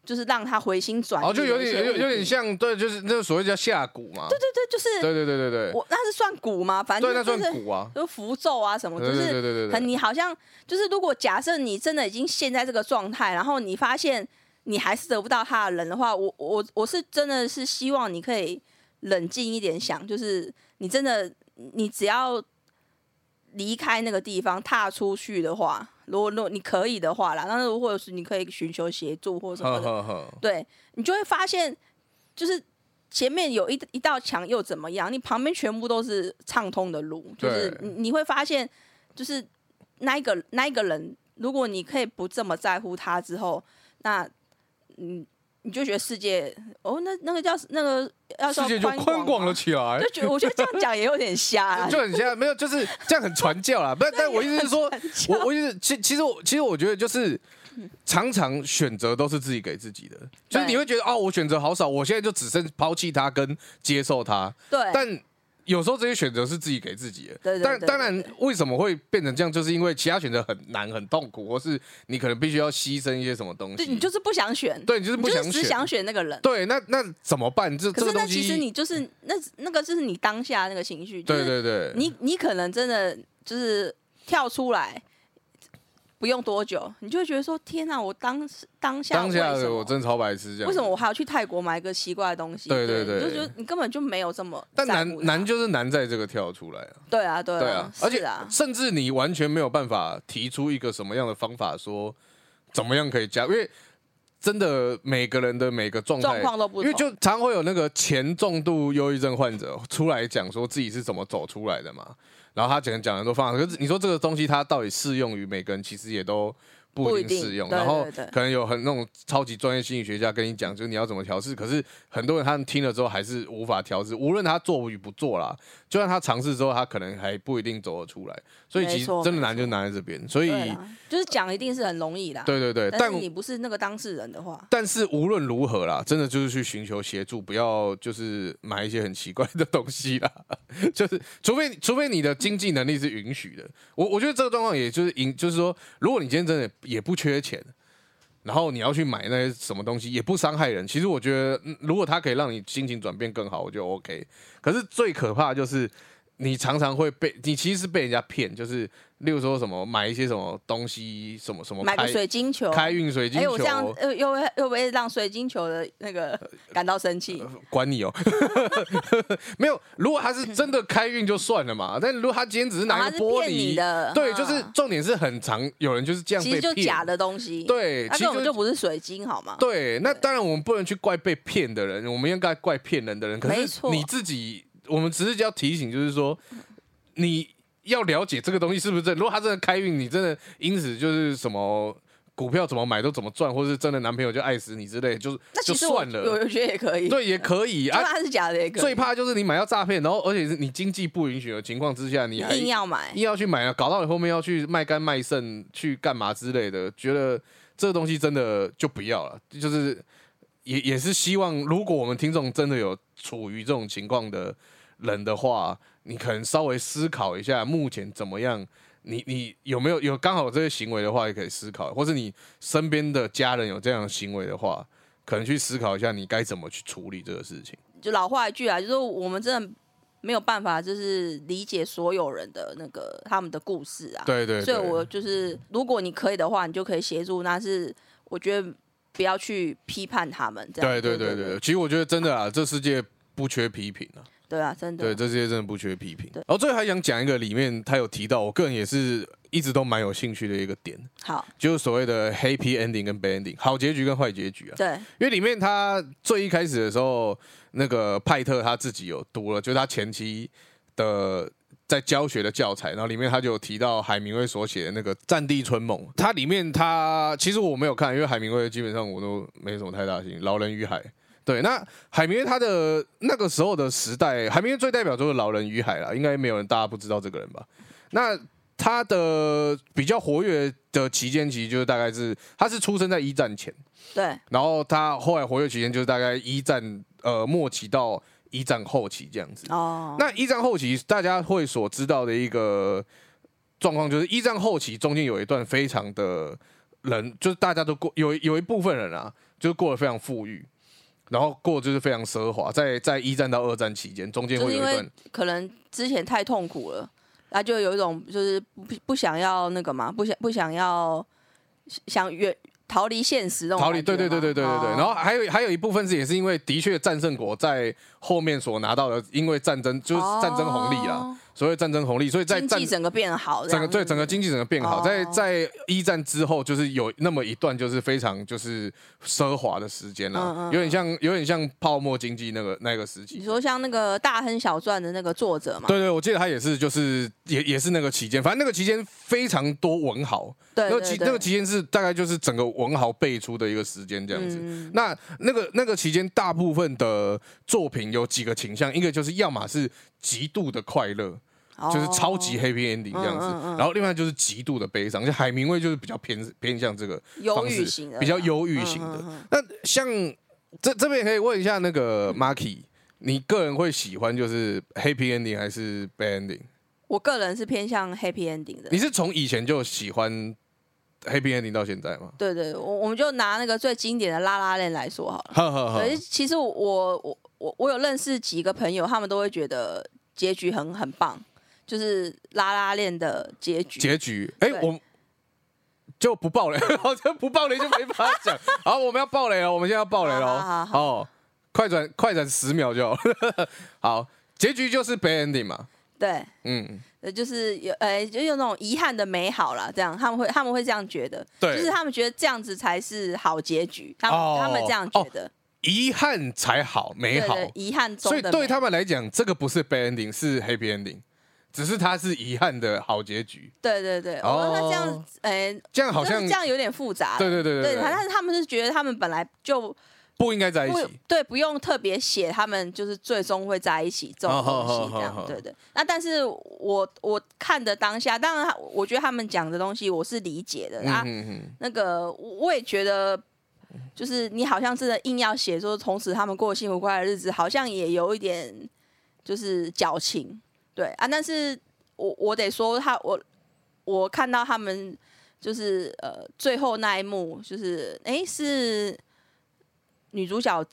[SPEAKER 2] 就是让他回心转
[SPEAKER 1] 然
[SPEAKER 2] 意的
[SPEAKER 1] 后
[SPEAKER 2] 一些
[SPEAKER 1] 哦就
[SPEAKER 2] 物
[SPEAKER 1] 有
[SPEAKER 2] 品。
[SPEAKER 1] 点有有点像，对，就是那个所谓叫下蛊嘛。
[SPEAKER 2] 对对对，就是
[SPEAKER 1] 对对对对对，
[SPEAKER 2] 我那是算蛊吗？反正
[SPEAKER 1] 对，那
[SPEAKER 2] 就
[SPEAKER 1] 算
[SPEAKER 2] 是
[SPEAKER 1] 蛊啊。
[SPEAKER 2] 就符咒啊什么，就
[SPEAKER 1] 对对对对
[SPEAKER 2] 是
[SPEAKER 1] 对
[SPEAKER 2] 很
[SPEAKER 1] 对，
[SPEAKER 2] 你好像就是如果假设你真的已经陷在这个状态，然后你发现你还是得不到他的人的话，我我我是真的是希望你可以冷静一点想，就是你真的你只要离开那个地方踏出去的话，如果如果你可以的话啦，那如果是你可以寻求协助或什么
[SPEAKER 1] 呵
[SPEAKER 2] 的，
[SPEAKER 1] 呵呵，
[SPEAKER 2] 对你就会发现，就是前面有一一道墙又怎么样？你旁边全部都是畅通的路，就是
[SPEAKER 1] 对
[SPEAKER 2] 你你会发现，就是那一个那一个人，如果你可以不这么在乎他之后，那嗯，你就觉得世界哦，那那个叫那个要叫
[SPEAKER 1] 世界就宽广
[SPEAKER 2] 吗
[SPEAKER 1] 了，起来，
[SPEAKER 2] 就。觉得我觉得这样讲也有点瞎啊
[SPEAKER 1] 就很像，没有，就是这样很传教
[SPEAKER 2] [LAUGHS]
[SPEAKER 1] 啦。不，但我意思是说，我我意思，其其实我其实我觉得就是，
[SPEAKER 2] 嗯
[SPEAKER 1] 常常选择都是自己给自己的，就是你会觉得哦，我选择好少，我现在就只剩抛弃它跟接受它，
[SPEAKER 2] 对，
[SPEAKER 1] 但有时候这些选择是自己给自己的。
[SPEAKER 2] 对对
[SPEAKER 1] 但
[SPEAKER 2] 对
[SPEAKER 1] 当然，为什么会变成这样，就是因为其他选择很难、很痛苦，或是你可能必须要牺牲一些什么东西。
[SPEAKER 2] 对你就是不想选，
[SPEAKER 1] 对，你就是
[SPEAKER 2] 你
[SPEAKER 1] 不
[SPEAKER 2] 就是
[SPEAKER 1] 想
[SPEAKER 2] 只
[SPEAKER 1] 选。
[SPEAKER 2] 想选那个人。
[SPEAKER 1] 对，那那怎么办？这这
[SPEAKER 2] 可
[SPEAKER 1] 个
[SPEAKER 2] 是那
[SPEAKER 1] 东西，
[SPEAKER 2] 其实你就是那那个就是你当下那个情绪，就是
[SPEAKER 1] 对对对，
[SPEAKER 2] 你你可能真的就是跳出来，不用多久，你就会觉得说：天哪、我当时当下
[SPEAKER 1] 当下
[SPEAKER 2] 为什
[SPEAKER 1] 的
[SPEAKER 2] 么
[SPEAKER 1] 我真的超白痴这样。
[SPEAKER 2] 为什么我还要去泰国买一个奇怪的东西？
[SPEAKER 1] 对
[SPEAKER 2] 对
[SPEAKER 1] 对对
[SPEAKER 2] 你就觉得你根本就没有这么
[SPEAKER 1] 但
[SPEAKER 2] 在
[SPEAKER 1] 难
[SPEAKER 2] 乎它
[SPEAKER 1] 难就是难在这个跳出来啊，
[SPEAKER 2] 对啊对
[SPEAKER 1] 对啊，而
[SPEAKER 2] 是
[SPEAKER 1] 且
[SPEAKER 2] 啊，
[SPEAKER 1] 甚至你完全没有办法提出一个什么样的方法说怎么样可以加，因为真的每个人的每个状
[SPEAKER 2] 状
[SPEAKER 1] 态
[SPEAKER 2] 况都不
[SPEAKER 1] 因为
[SPEAKER 2] 同，
[SPEAKER 1] 就常会有那个前重度忧郁症患者出来讲说自己是怎么走出来的嘛，然后他讲讲很多方法，可是你说这个东西它到底适用于每个人，其实也都不一定适用。
[SPEAKER 2] 不一定对
[SPEAKER 1] 然后
[SPEAKER 2] 对对
[SPEAKER 1] 可能有很那种超级专业心理学家跟你讲，就是你要怎么调试，可是很多人他们听了之后还是无法调试，无论他做与不做啦，就算他尝试之后，他可能还不一定走得出来。所以其
[SPEAKER 2] 没
[SPEAKER 1] 实
[SPEAKER 2] 错
[SPEAKER 1] 真的
[SPEAKER 2] 没
[SPEAKER 1] 难就难在这边，所以
[SPEAKER 2] 对啊，就是讲一定是很容易的，
[SPEAKER 1] 对对对，
[SPEAKER 2] 但
[SPEAKER 1] 但
[SPEAKER 2] 是你不是那个当事人的话，
[SPEAKER 1] 但是无论如何啦，真的就是去寻求协助，不要就是买一些很奇怪的东西啦。 [LAUGHS] 就是除非除非你的经济能力是允许的，我我觉得这个状况也就是因，就是说，如果你今天真的也不缺钱，然后你要去买那些什么东西，也不伤害人，其实我觉得、嗯如果它可以让你心情转变更好，我就 OK。可是最可怕的就是。你常常会被你其实是被人家骗，就是例如说什么买一些什么东西，什么什么
[SPEAKER 2] 买个
[SPEAKER 1] 开
[SPEAKER 2] 水晶球。
[SPEAKER 1] 开运水晶
[SPEAKER 2] 哎、
[SPEAKER 1] 球，呃
[SPEAKER 2] 我这样又又会又不会让水晶球的那个感到生气？
[SPEAKER 1] 管你哦， [LAUGHS] 没有。如果他是真的开运就算了嘛，但如果他今天只是
[SPEAKER 2] 然后
[SPEAKER 1] 拿一
[SPEAKER 2] 嗯哦他是
[SPEAKER 1] 个玻
[SPEAKER 2] 骗你
[SPEAKER 1] 璃，
[SPEAKER 2] 的，
[SPEAKER 1] 对，
[SPEAKER 2] 嗯
[SPEAKER 1] 就是重点是很常有人就是这样
[SPEAKER 2] 其
[SPEAKER 1] 被
[SPEAKER 2] 实就
[SPEAKER 1] 骗，
[SPEAKER 2] 假的东西。
[SPEAKER 1] 对，
[SPEAKER 2] 那
[SPEAKER 1] 其
[SPEAKER 2] 根本
[SPEAKER 1] 实
[SPEAKER 2] 就不是水晶，好吗？
[SPEAKER 1] 对。那当然我们不能去怪被骗的人，我们应该怪骗人的人。可
[SPEAKER 2] 没
[SPEAKER 1] 是
[SPEAKER 2] 错
[SPEAKER 1] 你自己，我们只是要提醒，就是说你要了解这个东西是不是真的。如果他真的开运，你真的因此就是什么。股票怎么买都怎么赚，或是真的男朋友就爱死你之类，就是
[SPEAKER 2] 那
[SPEAKER 1] 就
[SPEAKER 2] 其实我
[SPEAKER 1] 算
[SPEAKER 2] 我
[SPEAKER 1] 了，
[SPEAKER 2] 我觉得也可以，就
[SPEAKER 1] 对，也可以啊
[SPEAKER 2] 算。它是假的也可
[SPEAKER 1] 最
[SPEAKER 2] 以，
[SPEAKER 1] 怕就是你买到诈骗，然后而且是你经济不允许的情况之下，你还
[SPEAKER 2] 硬要买。
[SPEAKER 1] 硬要去买啊，搞到你后面要去卖肝卖肾去干嘛之类的，觉得这个东西真的就不要了。就是也也是希望，如果我们听众真的有处于这种情况的人的话，你可能稍微思考一下目前怎么样。你你有没有有刚好这些行为的话，也可以思考，或是你身边的家人有这样的行为的话，可能去思考一下你该怎么去处理这个事情。
[SPEAKER 2] 就老话一句啊，就是我们真的没有办法，就是理解所有人的那个他们的故事啊。
[SPEAKER 1] 对对对，
[SPEAKER 2] 所以我就是，如果你可以的话，你就可以协助，那是我觉得不要去批判他们这样。
[SPEAKER 1] 对对对
[SPEAKER 2] 对
[SPEAKER 1] 对对，其实我觉得真的啊，这世界不缺批评啊，
[SPEAKER 2] 对啊，真
[SPEAKER 1] 对，
[SPEAKER 2] 的。
[SPEAKER 1] 这世界真的不缺批评。
[SPEAKER 2] 对
[SPEAKER 1] 然后最后还想讲一个，里面他有提到，我个人也是一直都蛮有兴趣的一个点，
[SPEAKER 2] 好，
[SPEAKER 1] 就是所谓的 happy ending 跟 bad ending，好结局跟坏结局啊。
[SPEAKER 2] 对
[SPEAKER 1] 因为里面他最一开始的时候，那个派特他自己有读了，就是他前期的在教学的教材，然后里面他就有提到海明威所写的那个《战地春梦》，它里面他其实我没有看，因为海明威基本上我都没什么太大兴趣，《劳人与海》。对，那海明威他的那个时候的时代，海明威最代表就是《劳人与海》啦，应该没有人大家不知道这个人吧？那他的比较活跃的期间，其实就是大概是他是出生在一战前，
[SPEAKER 2] 对
[SPEAKER 1] 然后他后来活跃期间就是大概一战呃末期到一战后期这样子。
[SPEAKER 2] 哦，
[SPEAKER 1] 那一战后期大家会所知道的一个状况，就是一战后期中间有一段非常的人，就是大家都过有有一部分人啊，就是过得非常富裕，然后过得就是非常奢华，在在一战到二战期间，中间
[SPEAKER 2] 就
[SPEAKER 1] 会
[SPEAKER 2] 是
[SPEAKER 1] 有一
[SPEAKER 2] 因为
[SPEAKER 1] 段
[SPEAKER 2] 可能之前太痛苦了，他就有一种就是不不想要那个嘛，不想不想要想远逃离现实那种
[SPEAKER 1] 逃离，对
[SPEAKER 2] 感觉
[SPEAKER 1] 对对对对对
[SPEAKER 2] 嘛
[SPEAKER 1] 对。
[SPEAKER 2] 哦
[SPEAKER 1] 然后还有还有一部分是也是因为的确战胜国在后面所拿到的，因为战争就是战争红利啦，
[SPEAKER 2] 哦
[SPEAKER 1] 所谓战争红利，所以在
[SPEAKER 2] 经
[SPEAKER 1] 战
[SPEAKER 2] 济整个变好这
[SPEAKER 1] 整
[SPEAKER 2] 样
[SPEAKER 1] 个
[SPEAKER 2] 子，
[SPEAKER 1] 对整个经济整个变好，
[SPEAKER 2] 哦
[SPEAKER 1] 在在一战之后，就是有那么一段就是非常就是奢华的时间啦
[SPEAKER 2] 嗯，嗯
[SPEAKER 1] 有点像有点像泡沫经济那个那个时期
[SPEAKER 2] 你。说像那个《大亨小传》的那个作者嘛，
[SPEAKER 1] 对对，我记得他也是，就是也也是那个期间，反正那个期间非常多文豪，
[SPEAKER 2] 对
[SPEAKER 1] 那个
[SPEAKER 2] 对
[SPEAKER 1] 期
[SPEAKER 2] 对，
[SPEAKER 1] 那个期间是大概就是整个文豪辈出的一个时间这样子。
[SPEAKER 2] 嗯
[SPEAKER 1] 那那个那个期间，大部分的作品有几个倾向，一个就是要么是极度的快乐，就是超级
[SPEAKER 2] 哦
[SPEAKER 1] happy ending 这样子，
[SPEAKER 2] 嗯嗯嗯
[SPEAKER 1] 然后另外就是极度的悲伤，像海明威就是比较偏偏向这个
[SPEAKER 2] 忧
[SPEAKER 1] 方式
[SPEAKER 2] 郁型的，
[SPEAKER 1] 比较忧郁
[SPEAKER 2] 嗯
[SPEAKER 1] 型的。
[SPEAKER 2] 嗯嗯
[SPEAKER 1] 那像这这边也可以问一下那
[SPEAKER 2] [LAUGHS]
[SPEAKER 1] 个 Marky，你个人会喜欢就是 happy ending 还是 bad ending？
[SPEAKER 2] 我个人是偏向 happy ending 的
[SPEAKER 1] 你。是从以前就喜欢 happy ending 到现在吗？
[SPEAKER 2] 对对，我我们就拿那个最经典的《拉拉链》来说好了。
[SPEAKER 1] 呵呵呵
[SPEAKER 2] 可，是其实我我我我有认识几个朋友，他们都会觉得结局很很棒，就是《拉拉链》的结局。
[SPEAKER 1] 结局，哎、
[SPEAKER 2] 对
[SPEAKER 1] 我就不爆雷，
[SPEAKER 2] [LAUGHS]
[SPEAKER 1] 好像不爆雷就没法讲。好，我们要爆雷了，我们现在要爆雷了
[SPEAKER 2] 好
[SPEAKER 1] 哦
[SPEAKER 2] 好好。
[SPEAKER 1] 哦，快转快转十秒就好。 [LAUGHS] 好，结局就是 bad ending 嘛。
[SPEAKER 2] 对，
[SPEAKER 1] 嗯，
[SPEAKER 2] 呃，就是有呃，就有那种遗憾的美好啦，这样他们会他们会这样觉得，
[SPEAKER 1] 对
[SPEAKER 2] 就是他们觉得这样子才是好结局，他们、
[SPEAKER 1] 哦
[SPEAKER 2] 他们这样觉得，
[SPEAKER 1] 遗憾才好，美
[SPEAKER 2] 对
[SPEAKER 1] 好。
[SPEAKER 2] 对，遗憾
[SPEAKER 1] 所
[SPEAKER 2] 中的
[SPEAKER 1] 以
[SPEAKER 2] 美好，
[SPEAKER 1] 对他们来讲，这个不是 bad ending，是 happy ending，只是它是遗憾的好结局。
[SPEAKER 2] 对对对，
[SPEAKER 1] 哦
[SPEAKER 2] 哦，那这样子，哎、
[SPEAKER 1] 这样好
[SPEAKER 2] 真
[SPEAKER 1] 像
[SPEAKER 2] 的这样有点复杂，
[SPEAKER 1] 对对对对
[SPEAKER 2] 对，但是他们是觉得他们本来就
[SPEAKER 1] 不应该在一
[SPEAKER 2] 不
[SPEAKER 1] 起。
[SPEAKER 2] 对，不用特别写，他们就是最终会在一起这种东
[SPEAKER 1] 哦好好
[SPEAKER 2] 西，
[SPEAKER 1] 好
[SPEAKER 2] 这样
[SPEAKER 1] 好好
[SPEAKER 2] 对对。那但是我我看的当下，当然他我觉得他们讲的东西我是理解的啊
[SPEAKER 1] 嗯，嗯嗯，
[SPEAKER 2] 那个我也觉得。就是你好像真的硬要写说从此他们过幸福快乐的日子，好像也有一点就是矫情，对啊。但是我我得说他我我看到他们就是呃最后那一幕，就是哎、诶是女主角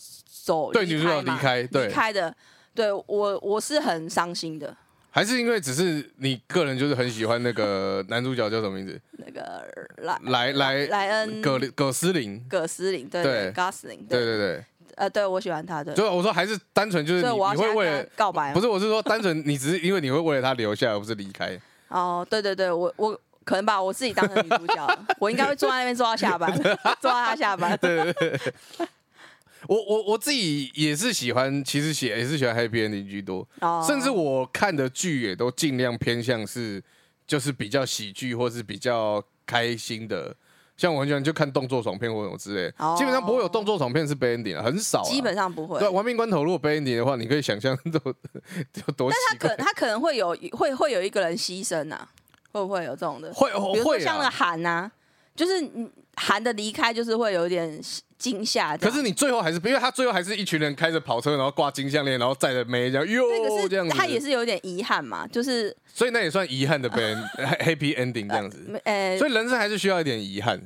[SPEAKER 2] 走
[SPEAKER 1] 对，女主角
[SPEAKER 2] 开嘛
[SPEAKER 1] 离开，对
[SPEAKER 2] 离，开的，对我我是很伤心的。
[SPEAKER 1] 还是因为只是你个人就是很喜欢那个男主角叫什么名字？
[SPEAKER 2] 那个莱
[SPEAKER 1] 莱莱
[SPEAKER 2] 莱恩
[SPEAKER 1] 葛葛斯林，
[SPEAKER 2] 葛斯林嗯对
[SPEAKER 1] 对
[SPEAKER 2] g o s l i n
[SPEAKER 1] 对对对，
[SPEAKER 2] 呃对我喜欢他对，
[SPEAKER 1] 就是我说还是单纯就是你
[SPEAKER 2] 所以我要
[SPEAKER 1] 你会
[SPEAKER 2] 先
[SPEAKER 1] 为
[SPEAKER 2] 跟
[SPEAKER 1] 了
[SPEAKER 2] 他告白吗
[SPEAKER 1] 不是我是说单纯你只是因为你会为了他留下而不是离开，
[SPEAKER 2] 哦，对对对，我我可能把我自己当成女主角
[SPEAKER 1] [LAUGHS]
[SPEAKER 2] 了，我应该会坐在那边坐到下班，坐到他下班。
[SPEAKER 1] 我我我自己也是喜欢，其实写也是喜欢 happy ending 居多，
[SPEAKER 2] 哦，
[SPEAKER 1] 甚至我看的剧也都尽量偏向是就是比较喜剧或是比较开心的。像我很喜欢就看动作爽片或什么之类的
[SPEAKER 2] 哦
[SPEAKER 1] 基本上不会有动作爽片是 bad ending，啊很少啊。
[SPEAKER 2] 基本上不会
[SPEAKER 1] 对，。亡命关头如果 bad ending 的话，你可以想象都 [LAUGHS] 有多
[SPEAKER 2] 他
[SPEAKER 1] 奇
[SPEAKER 2] 可
[SPEAKER 1] 怪。
[SPEAKER 2] 他可能会有会会有一个人牺牲呐、会不会有这种的？
[SPEAKER 1] 会
[SPEAKER 2] 比如
[SPEAKER 1] 会
[SPEAKER 2] 说
[SPEAKER 1] 啊
[SPEAKER 2] 像那个韩呐、就是你韩的离开就是会有点惊吓这
[SPEAKER 1] 可
[SPEAKER 2] 样。
[SPEAKER 1] 是你最后还是，因为他最后还是一群人开着跑车，然后挂金项链，然后载着妹这样，
[SPEAKER 2] 对，
[SPEAKER 1] 哟，哦这
[SPEAKER 2] 可
[SPEAKER 1] 样
[SPEAKER 2] 是
[SPEAKER 1] 子，
[SPEAKER 2] 他也是有点遗憾嘛，就是
[SPEAKER 1] 所以那也算遗憾的 band [LAUGHS] happy ending 这样
[SPEAKER 2] [LAUGHS]
[SPEAKER 1] 子。
[SPEAKER 2] 呃，
[SPEAKER 1] 所以人生还是需要一点遗憾，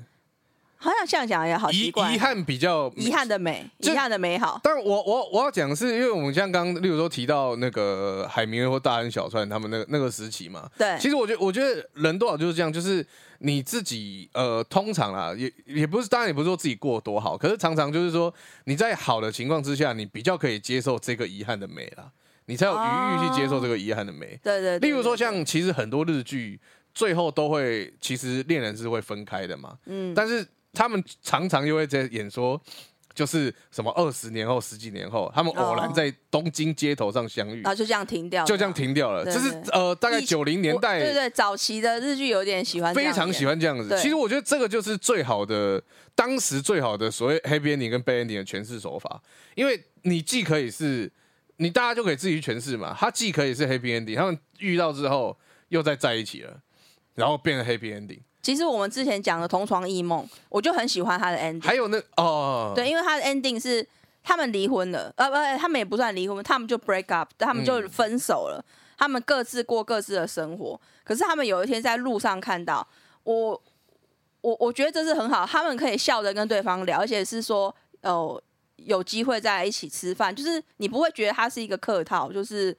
[SPEAKER 2] 好像这样讲也好
[SPEAKER 1] 遗
[SPEAKER 2] 奇怪，
[SPEAKER 1] 遗憾比较
[SPEAKER 2] 遗憾的美，
[SPEAKER 1] 就
[SPEAKER 2] 遗憾的美好。
[SPEAKER 1] 但我我我要讲的是，因为我们像刚刚，例如说提到那个海明威或大亨小传他们那个那个时期嘛，
[SPEAKER 2] 对
[SPEAKER 1] 其实我觉得我觉得人多少就是这样，就是你自己呃，通常啦，也也不是，当然也不是说自己过得多好，可是常常就是说你在好的情况之下，你比较可以接受这个遗憾的美啦，你才有余裕去接受这个遗憾的美。
[SPEAKER 2] 对对对，
[SPEAKER 1] 例如说，
[SPEAKER 2] 对
[SPEAKER 1] 像其实很多日剧最后都会，其实恋人是会分开的嘛，
[SPEAKER 2] 嗯，
[SPEAKER 1] 但是他们常常又会在演说，就是什么二十年后、十几年后，他们偶然
[SPEAKER 2] 哦
[SPEAKER 1] 在东京街头上相遇，
[SPEAKER 2] 然后就这样停掉，
[SPEAKER 1] 就这样。停掉了。
[SPEAKER 2] 对
[SPEAKER 1] 这是
[SPEAKER 2] 对
[SPEAKER 1] 呃，大概
[SPEAKER 2] 以前
[SPEAKER 1] 九零年
[SPEAKER 2] 我对
[SPEAKER 1] 代
[SPEAKER 2] 对，早期的日剧有点喜欢，
[SPEAKER 1] 非常喜。欢这样子。
[SPEAKER 2] 对
[SPEAKER 1] 其实我觉得这个就是最好的，当时最好的所谓 happy ending 跟 bad ending 的诠释手法，因为你既可以是你大家就可以自己去诠释嘛，他既可以是 happy ending，他们遇到之后又再在一起了，然后变成 happy ending，
[SPEAKER 2] 其实我们之前讲的《同床异梦》，我就很喜欢它的 ending，
[SPEAKER 1] 还有那哦，
[SPEAKER 2] 对，因为它的 ending 是他们离婚了，呃，不，他们也不算离婚，他们就 break up，他们就分手了，他们各自过各自的生活。可是他们有一天在路上看到我，我我觉得这是很好，他们可以笑着跟对方聊，而且是说呃有机会在一起吃饭，就是你不会觉得它是一个客套，就是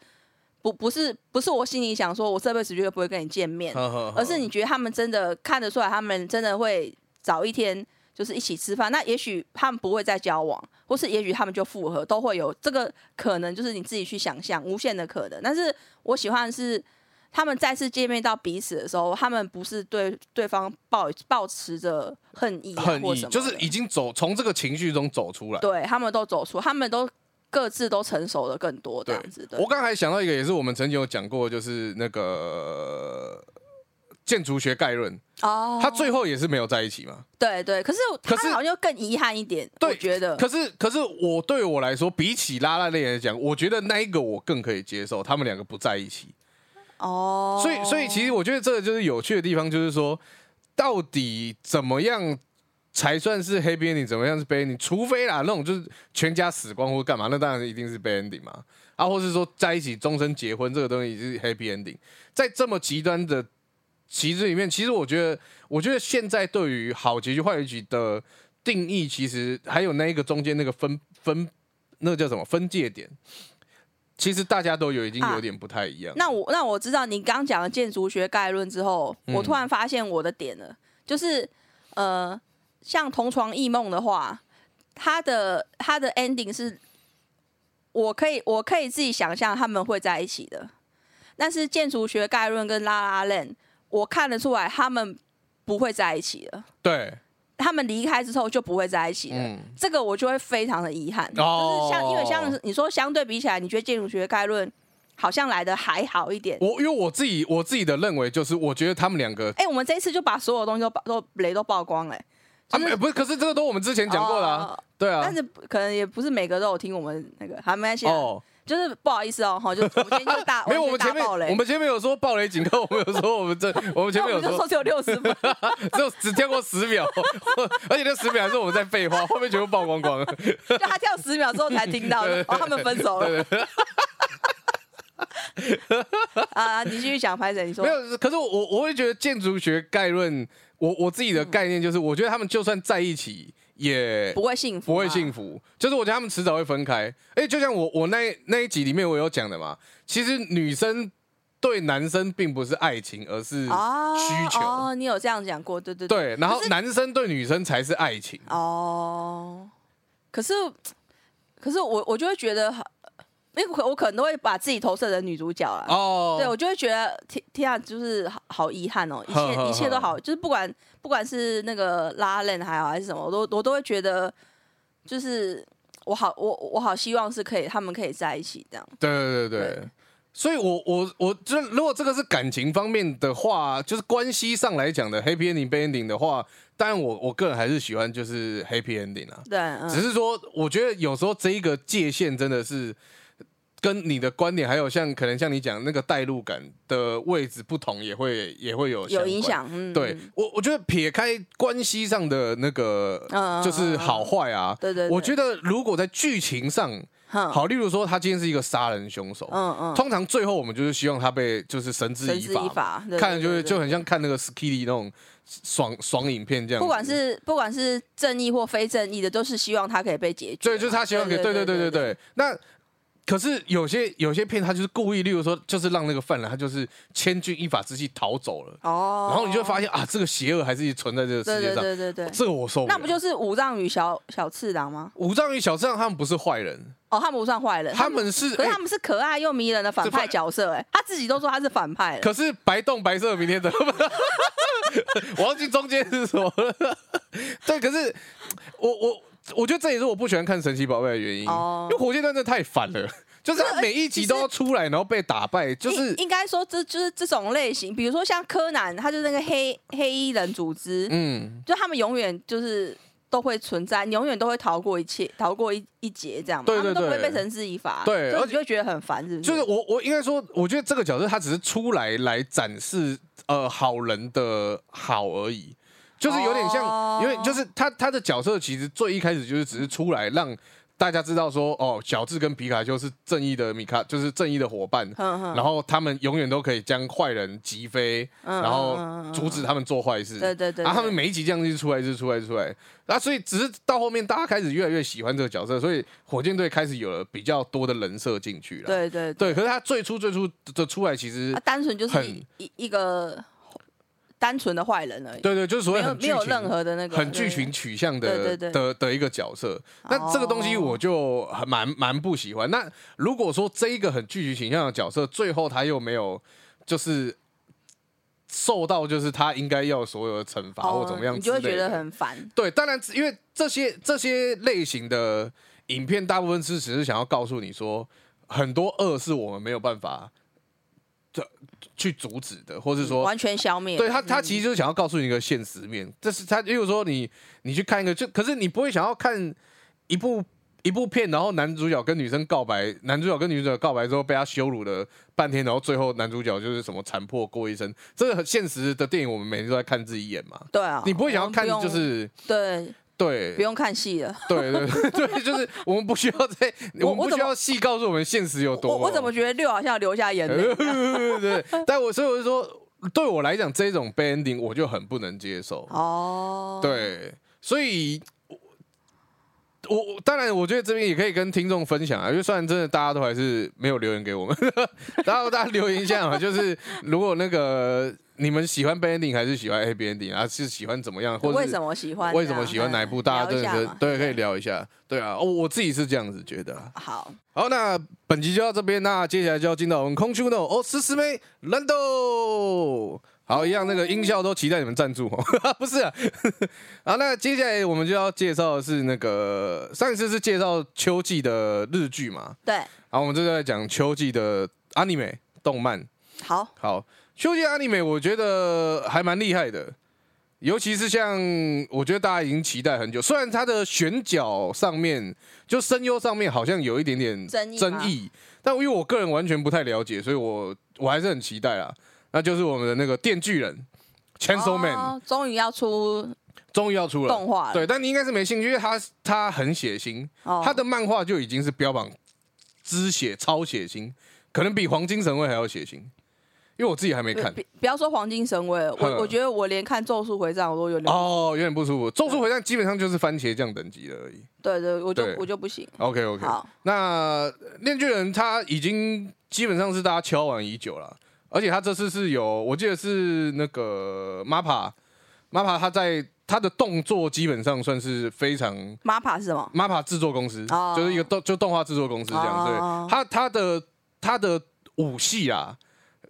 [SPEAKER 2] 不不是不是我心里想说我这辈子绝对不会跟你见面，
[SPEAKER 1] 呵呵呵
[SPEAKER 2] 而是你觉得他们真的看得出来，他们真的会早一天就是一起吃饭。那也许他们不会再交往，或是也许他们就复合，都会有这个可能，就是你自己去想象无限的可能。但是我喜欢的是他们再次见面到彼此的时候，他们不是对对方抱抱持着恨意、啊、
[SPEAKER 1] 恨
[SPEAKER 2] 或
[SPEAKER 1] 意
[SPEAKER 2] 什么的，
[SPEAKER 1] 就是已经走从这个情绪中走出来。
[SPEAKER 2] 对他们都走出，他们都各自都成熟的更多这
[SPEAKER 1] 对
[SPEAKER 2] 样子。对
[SPEAKER 1] 我刚才想到一个，也是我们曾经有讲过，就是那个建筑学概论，
[SPEAKER 2] 哦，
[SPEAKER 1] 他最后也是没有在一起嘛。
[SPEAKER 2] 对对，可是
[SPEAKER 1] 可
[SPEAKER 2] 他
[SPEAKER 1] 是
[SPEAKER 2] 好像更遗憾一点，
[SPEAKER 1] 对
[SPEAKER 2] 我觉得。
[SPEAKER 1] 可是，可是我对我来说，比起拉拉链来讲，我觉得那一个我更可以接受，他们两个不在一起。
[SPEAKER 2] 哦，
[SPEAKER 1] 所以，所以其实我觉得这个就是有趣的地方，就是说，到底怎么样才算是 happy ending，怎么样是 bad ending？除非啦，那种就是全家死光或干嘛，那当然一定是 bad ending 嘛。啊，或是说在一起终身结婚这个东西是 happy ending，在这么极端的旗帜里面，其实我觉得，我觉得现在对于好结局、坏结局的定义，其实还有那一个中间那个分分，那个叫什么分界点，其实大家都有已经有点不太一样。
[SPEAKER 2] 啊那我那我知道你刚讲了建筑学概论之后，
[SPEAKER 1] 嗯
[SPEAKER 2] 我突然发现我的点了，就是呃，像同床异梦的话，它的它的 ending 是，我可以我可以自己想象他们会在一起的，但是建筑学概论跟拉拉链，我看得出来他们不会在一起了，
[SPEAKER 1] 对，
[SPEAKER 2] 他们离开之后就不会在一起了。
[SPEAKER 1] 嗯。
[SPEAKER 2] 这个我就会非常的遗憾，
[SPEAKER 1] 哦
[SPEAKER 2] 就是像因为像你说相对比起来，你觉得建筑学概论好像来的还好一点。
[SPEAKER 1] 我因为我自己我自己的认为就是，我觉得他们两个
[SPEAKER 2] 哎、我们这一次就把所有东西都把都雷都曝光了、欸，
[SPEAKER 1] 啊，没有不是，可是这个都我们之前讲过了、啊，
[SPEAKER 2] 哦
[SPEAKER 1] 对啊
[SPEAKER 2] 但。是可能也不是每个都有听我们那个，还没关系啊、
[SPEAKER 1] 哦，
[SPEAKER 2] 就是不好意思哦，哈，就我们今天就大
[SPEAKER 1] [LAUGHS] 没有，我们
[SPEAKER 2] 完全
[SPEAKER 1] 前
[SPEAKER 2] 大
[SPEAKER 1] 面
[SPEAKER 2] 爆雷，
[SPEAKER 1] 我们前面有说暴雷警告，我 [LAUGHS] 们有说我们这，我们前面
[SPEAKER 2] 那我
[SPEAKER 1] 有
[SPEAKER 2] 们就
[SPEAKER 1] 说
[SPEAKER 2] 说只有六十分，
[SPEAKER 1] [LAUGHS] 只有只跳过十秒， [LAUGHS] 而且那十秒还是我们在废话，后面全部曝光
[SPEAKER 2] [LAUGHS]
[SPEAKER 1] 光了。
[SPEAKER 2] 就他跳十秒之后才听到的，哦，他们分手了。 [LAUGHS] 啊，你继续讲，拍谁？你说
[SPEAKER 1] 没有，可是我我会觉得建筑学概论，我我自己的概念就是，我觉得他们就算在一起也
[SPEAKER 2] 不会幸福，
[SPEAKER 1] 不会幸
[SPEAKER 2] 福，
[SPEAKER 1] 福，就是我觉得他们迟早会分开。哎，就像我我那那一集里面我有讲的嘛，其实女生对男生并不是爱情，而是
[SPEAKER 2] 哦，
[SPEAKER 1] 需求。
[SPEAKER 2] 哦，你有这样讲过，对对对。
[SPEAKER 1] 对，然后
[SPEAKER 2] 可是
[SPEAKER 1] 男生对女生才是爱情。
[SPEAKER 2] 哦，可是，可是我我就会觉得很，因为我可我可能都会把自己投射成女主角啦。
[SPEAKER 1] 哦，
[SPEAKER 2] 对，我就会觉得天天啊，就是好好遗
[SPEAKER 1] [LAUGHS]
[SPEAKER 2] 憾哦，一
[SPEAKER 1] 呵呵
[SPEAKER 2] 切一切都好，就是不管不管是那个拉链还好还是什么，我都我都会觉得，就是我好我我好希望是可以他们可以在一起这样。
[SPEAKER 1] 对对对对
[SPEAKER 2] 对。
[SPEAKER 1] 所以我，我我就如果这个是感情方面的话，就是关系上来讲的 happy ending、bad ending 的话，当然我我个人还是喜欢就是 happy ending 啊。
[SPEAKER 2] 对，嗯，
[SPEAKER 1] 只是说，我觉得有时候这一个界限真的是跟你的观点，还有像可能像你讲那个代入感的位置不同，也会也会有相
[SPEAKER 2] 有
[SPEAKER 1] 关
[SPEAKER 2] 影。响。嗯，
[SPEAKER 1] 对我，我觉得撇开关系上的那个，
[SPEAKER 2] 嗯
[SPEAKER 1] 就是好，坏啊。
[SPEAKER 2] 对对对
[SPEAKER 1] 我觉得如果在剧情上，
[SPEAKER 2] 嗯
[SPEAKER 1] 好，例如说他今天是一个杀人凶手，
[SPEAKER 2] 嗯嗯，
[SPEAKER 1] 通常最后我们就是希望他被就是绳之
[SPEAKER 2] 绳
[SPEAKER 1] 以
[SPEAKER 2] 之
[SPEAKER 1] 法
[SPEAKER 2] 以
[SPEAKER 1] 嘛，
[SPEAKER 2] 法，对
[SPEAKER 1] 看着
[SPEAKER 2] 对
[SPEAKER 1] 就
[SPEAKER 2] 对
[SPEAKER 1] 是
[SPEAKER 2] 对
[SPEAKER 1] 就很像看那个 Skilly 那种爽爽影片这样子。
[SPEAKER 2] 不管是不管是正义或非正义的，都是希望他可以被解决嘛。
[SPEAKER 1] 对， [LAUGHS] 就是他希望给，对对对对对。那可是有些有些片，他就是故意，例如说，就是让那个犯人他就是千钧一发之际逃走了，
[SPEAKER 2] 哦，
[SPEAKER 1] 然后你就会发现啊，这个邪恶还是存在这个世
[SPEAKER 2] 对
[SPEAKER 1] 界
[SPEAKER 2] 哦对
[SPEAKER 1] 上，
[SPEAKER 2] 对对对，
[SPEAKER 1] 这个我受不了。
[SPEAKER 2] 那不就是五藏与小小次郎吗？
[SPEAKER 1] 五藏与小次郎他们不是坏人，
[SPEAKER 2] 哦，他们不算坏人，
[SPEAKER 1] 他们是
[SPEAKER 2] 可是
[SPEAKER 1] 哎
[SPEAKER 2] 他们是可爱又迷人的反
[SPEAKER 1] 这反
[SPEAKER 2] 派角色，哎，他自己都说他是反派了。
[SPEAKER 1] 哎可是白洞白色明天的， [LAUGHS] 我忘记中间是什么了。对，可是我我我觉得这也是我不喜欢看神奇宝贝的原因，
[SPEAKER 2] 哦呃
[SPEAKER 1] 因为火箭队真的太烦了，就是他每一集都要出来，然后被打败，就是
[SPEAKER 2] 应应该说这就是这种类型，比如说像柯南，他就是那个黑黑衣人组织，
[SPEAKER 1] 嗯，
[SPEAKER 2] 就他们永远就是都会存在，你永远都会逃过一切，逃过一一劫这样嘛，
[SPEAKER 1] 对对
[SPEAKER 2] 他们都
[SPEAKER 1] 对
[SPEAKER 2] 不会被绳之以法，
[SPEAKER 1] 对
[SPEAKER 2] 所以
[SPEAKER 1] 而
[SPEAKER 2] 你就会觉得很烦，是不是？
[SPEAKER 1] 就是我我应该说，我觉得这个角色他只是出来来展示呃好人的好而已。就是有点像，
[SPEAKER 2] 哦
[SPEAKER 1] 有点就是他他的角色其实最一开始就是只是出来让大家知道说，哦，小智跟皮卡丘是正义的米卡，就是正义的伙伴，
[SPEAKER 2] 哼哼，
[SPEAKER 1] 然后他们永远都可以将坏人击飞，
[SPEAKER 2] 嗯
[SPEAKER 1] 然
[SPEAKER 2] 嗯嗯
[SPEAKER 1] 后
[SPEAKER 2] 嗯
[SPEAKER 1] 阻止他们做坏事。
[SPEAKER 2] 对对对，
[SPEAKER 1] 啊，他们
[SPEAKER 2] 对
[SPEAKER 1] 每一集这样一直出来，一直出来，一直出来。啊，所以只是到后面，大家开始越来越喜欢这个角色，所以火箭队开始有了比较多的人设进去了。
[SPEAKER 2] 对对
[SPEAKER 1] 对，可是他最初最初的出来，其实
[SPEAKER 2] 啊，单纯就是
[SPEAKER 1] 很
[SPEAKER 2] 一一一个单纯的坏人而已，
[SPEAKER 1] 对对，就是所
[SPEAKER 2] 没
[SPEAKER 1] 谓
[SPEAKER 2] 有
[SPEAKER 1] 很
[SPEAKER 2] 没
[SPEAKER 1] 剧
[SPEAKER 2] 有
[SPEAKER 1] 情
[SPEAKER 2] 任何的那个
[SPEAKER 1] 很
[SPEAKER 2] 对
[SPEAKER 1] 剧情取向的
[SPEAKER 2] 对对对
[SPEAKER 1] 的的一个角色。那这个东西
[SPEAKER 2] 哦
[SPEAKER 1] 我就很蛮蛮不喜欢。那如果说这一个很剧情形象的角色，最后他又没有就是受到就是他应该要所有的惩罚或
[SPEAKER 2] 哦
[SPEAKER 1] 怎么样
[SPEAKER 2] 你
[SPEAKER 1] 之
[SPEAKER 2] 就
[SPEAKER 1] 类
[SPEAKER 2] 会
[SPEAKER 1] 的，
[SPEAKER 2] 觉得很烦。
[SPEAKER 1] 对，当然，因为这些这些类型的影片，大部分是只是想要告诉你说，很多恶是我们没有办法这去阻止的，或是说
[SPEAKER 2] 完全消灭。
[SPEAKER 1] 对他，他其实就是想要告诉你一个现实面，这是他，例如说你你去看一个，就可是你不会想要看一部一部片，然后男主角跟女生告白，男主角跟女主角告白之后被他羞辱了半天，然后最后男主角就是什么残破过一生，这个很现实的电影，我们每天都在看自己演嘛，
[SPEAKER 2] 对啊，
[SPEAKER 1] 你不会想
[SPEAKER 2] 我
[SPEAKER 1] 要
[SPEAKER 2] 们
[SPEAKER 1] 看
[SPEAKER 2] 用
[SPEAKER 1] 就是
[SPEAKER 2] 对，
[SPEAKER 1] 对
[SPEAKER 2] 不。用看戏了。
[SPEAKER 1] 对对对 [LAUGHS] 对，就是我们不需要再，
[SPEAKER 2] 我
[SPEAKER 1] 我们
[SPEAKER 2] 我
[SPEAKER 1] 不
[SPEAKER 2] 怎
[SPEAKER 1] 需
[SPEAKER 2] 么
[SPEAKER 1] 要细告诉我们现实有多。
[SPEAKER 2] 我我怎么觉得六好像流下眼泪？
[SPEAKER 1] [LAUGHS] 对对，但我所以我就说，对我来讲，这种 bad ending 我就很不能接受。
[SPEAKER 2] 哦，，
[SPEAKER 1] 对，所以我我当然，我觉得这边也可以跟听众分享啊，因为虽然真的大家都还是没有留言给我们， [LAUGHS] 然后大家留言一下嘛，就是如果那个你们喜欢 bad ending 还是喜欢 happy ending 啊，是喜欢怎么样，或者
[SPEAKER 2] 为
[SPEAKER 1] 是
[SPEAKER 2] 什么喜欢？
[SPEAKER 1] 为什么喜欢哪一部？
[SPEAKER 2] 嗯
[SPEAKER 1] 大家
[SPEAKER 2] 啊聊
[SPEAKER 1] 真
[SPEAKER 2] 一
[SPEAKER 1] 的
[SPEAKER 2] 下
[SPEAKER 1] 可以
[SPEAKER 2] 嘛
[SPEAKER 1] 对可以聊一下，对啊，哦我自己是这样子觉得啊。
[SPEAKER 2] 好，
[SPEAKER 1] 好，那本集就到这边，那接下来就要进到我们空中的哦，思思妹 Lando。好，一样那个音效都期待你们赞助哦， [LAUGHS] 不是啊。好，那接下来我们就要介绍的是那个上一次是介绍秋季的日剧嘛，
[SPEAKER 2] 对，
[SPEAKER 1] 好，我们这次在讲秋季的 anime 动漫。
[SPEAKER 2] 好，
[SPEAKER 1] 好，秋季 anime 我觉得还蛮厉害的，尤其是像我觉得大家已经期待很久，虽然它的选角上面就声优上面好像有一点点
[SPEAKER 2] 争议吗
[SPEAKER 1] 争议，但因为我个人完全不太了解，所以我我还是很期待啊。那就是我们的那个电锯人 Chainsaw Man
[SPEAKER 2] 哦终于要出
[SPEAKER 1] 终于要出了
[SPEAKER 2] 动，画了。
[SPEAKER 1] 对，但你应该是没兴趣，因为他他很血腥，
[SPEAKER 2] 哦，
[SPEAKER 1] 他的漫画就已经是标榜之血超血腥，可能比黄金神会还要血腥，因为我自己还没
[SPEAKER 2] 不
[SPEAKER 1] 看。
[SPEAKER 2] 不不要说黄金神威了，
[SPEAKER 1] 哼
[SPEAKER 2] 我我觉得我连看《咒术回战》我都有
[SPEAKER 1] 嗯
[SPEAKER 2] 点，
[SPEAKER 1] 哦，有点不舒服。咒术回战基本上就是番茄酱等级的而已。
[SPEAKER 2] 对对，我就
[SPEAKER 1] 对
[SPEAKER 2] 我就不行。
[SPEAKER 1] OK OK，
[SPEAKER 2] 嗯好，
[SPEAKER 1] 那链锯人他已经基本上是大家敲完已久了，而且他这次是有，我记得是那个 MAPA MAPA 他在他的动作基本上算是非常
[SPEAKER 2] MAPPA 是什么？
[SPEAKER 1] MAPA 制作公司，
[SPEAKER 2] 哦
[SPEAKER 1] 就是一个动就动画制作公司这样。
[SPEAKER 2] 哦
[SPEAKER 1] 对，他他的他的武戏啊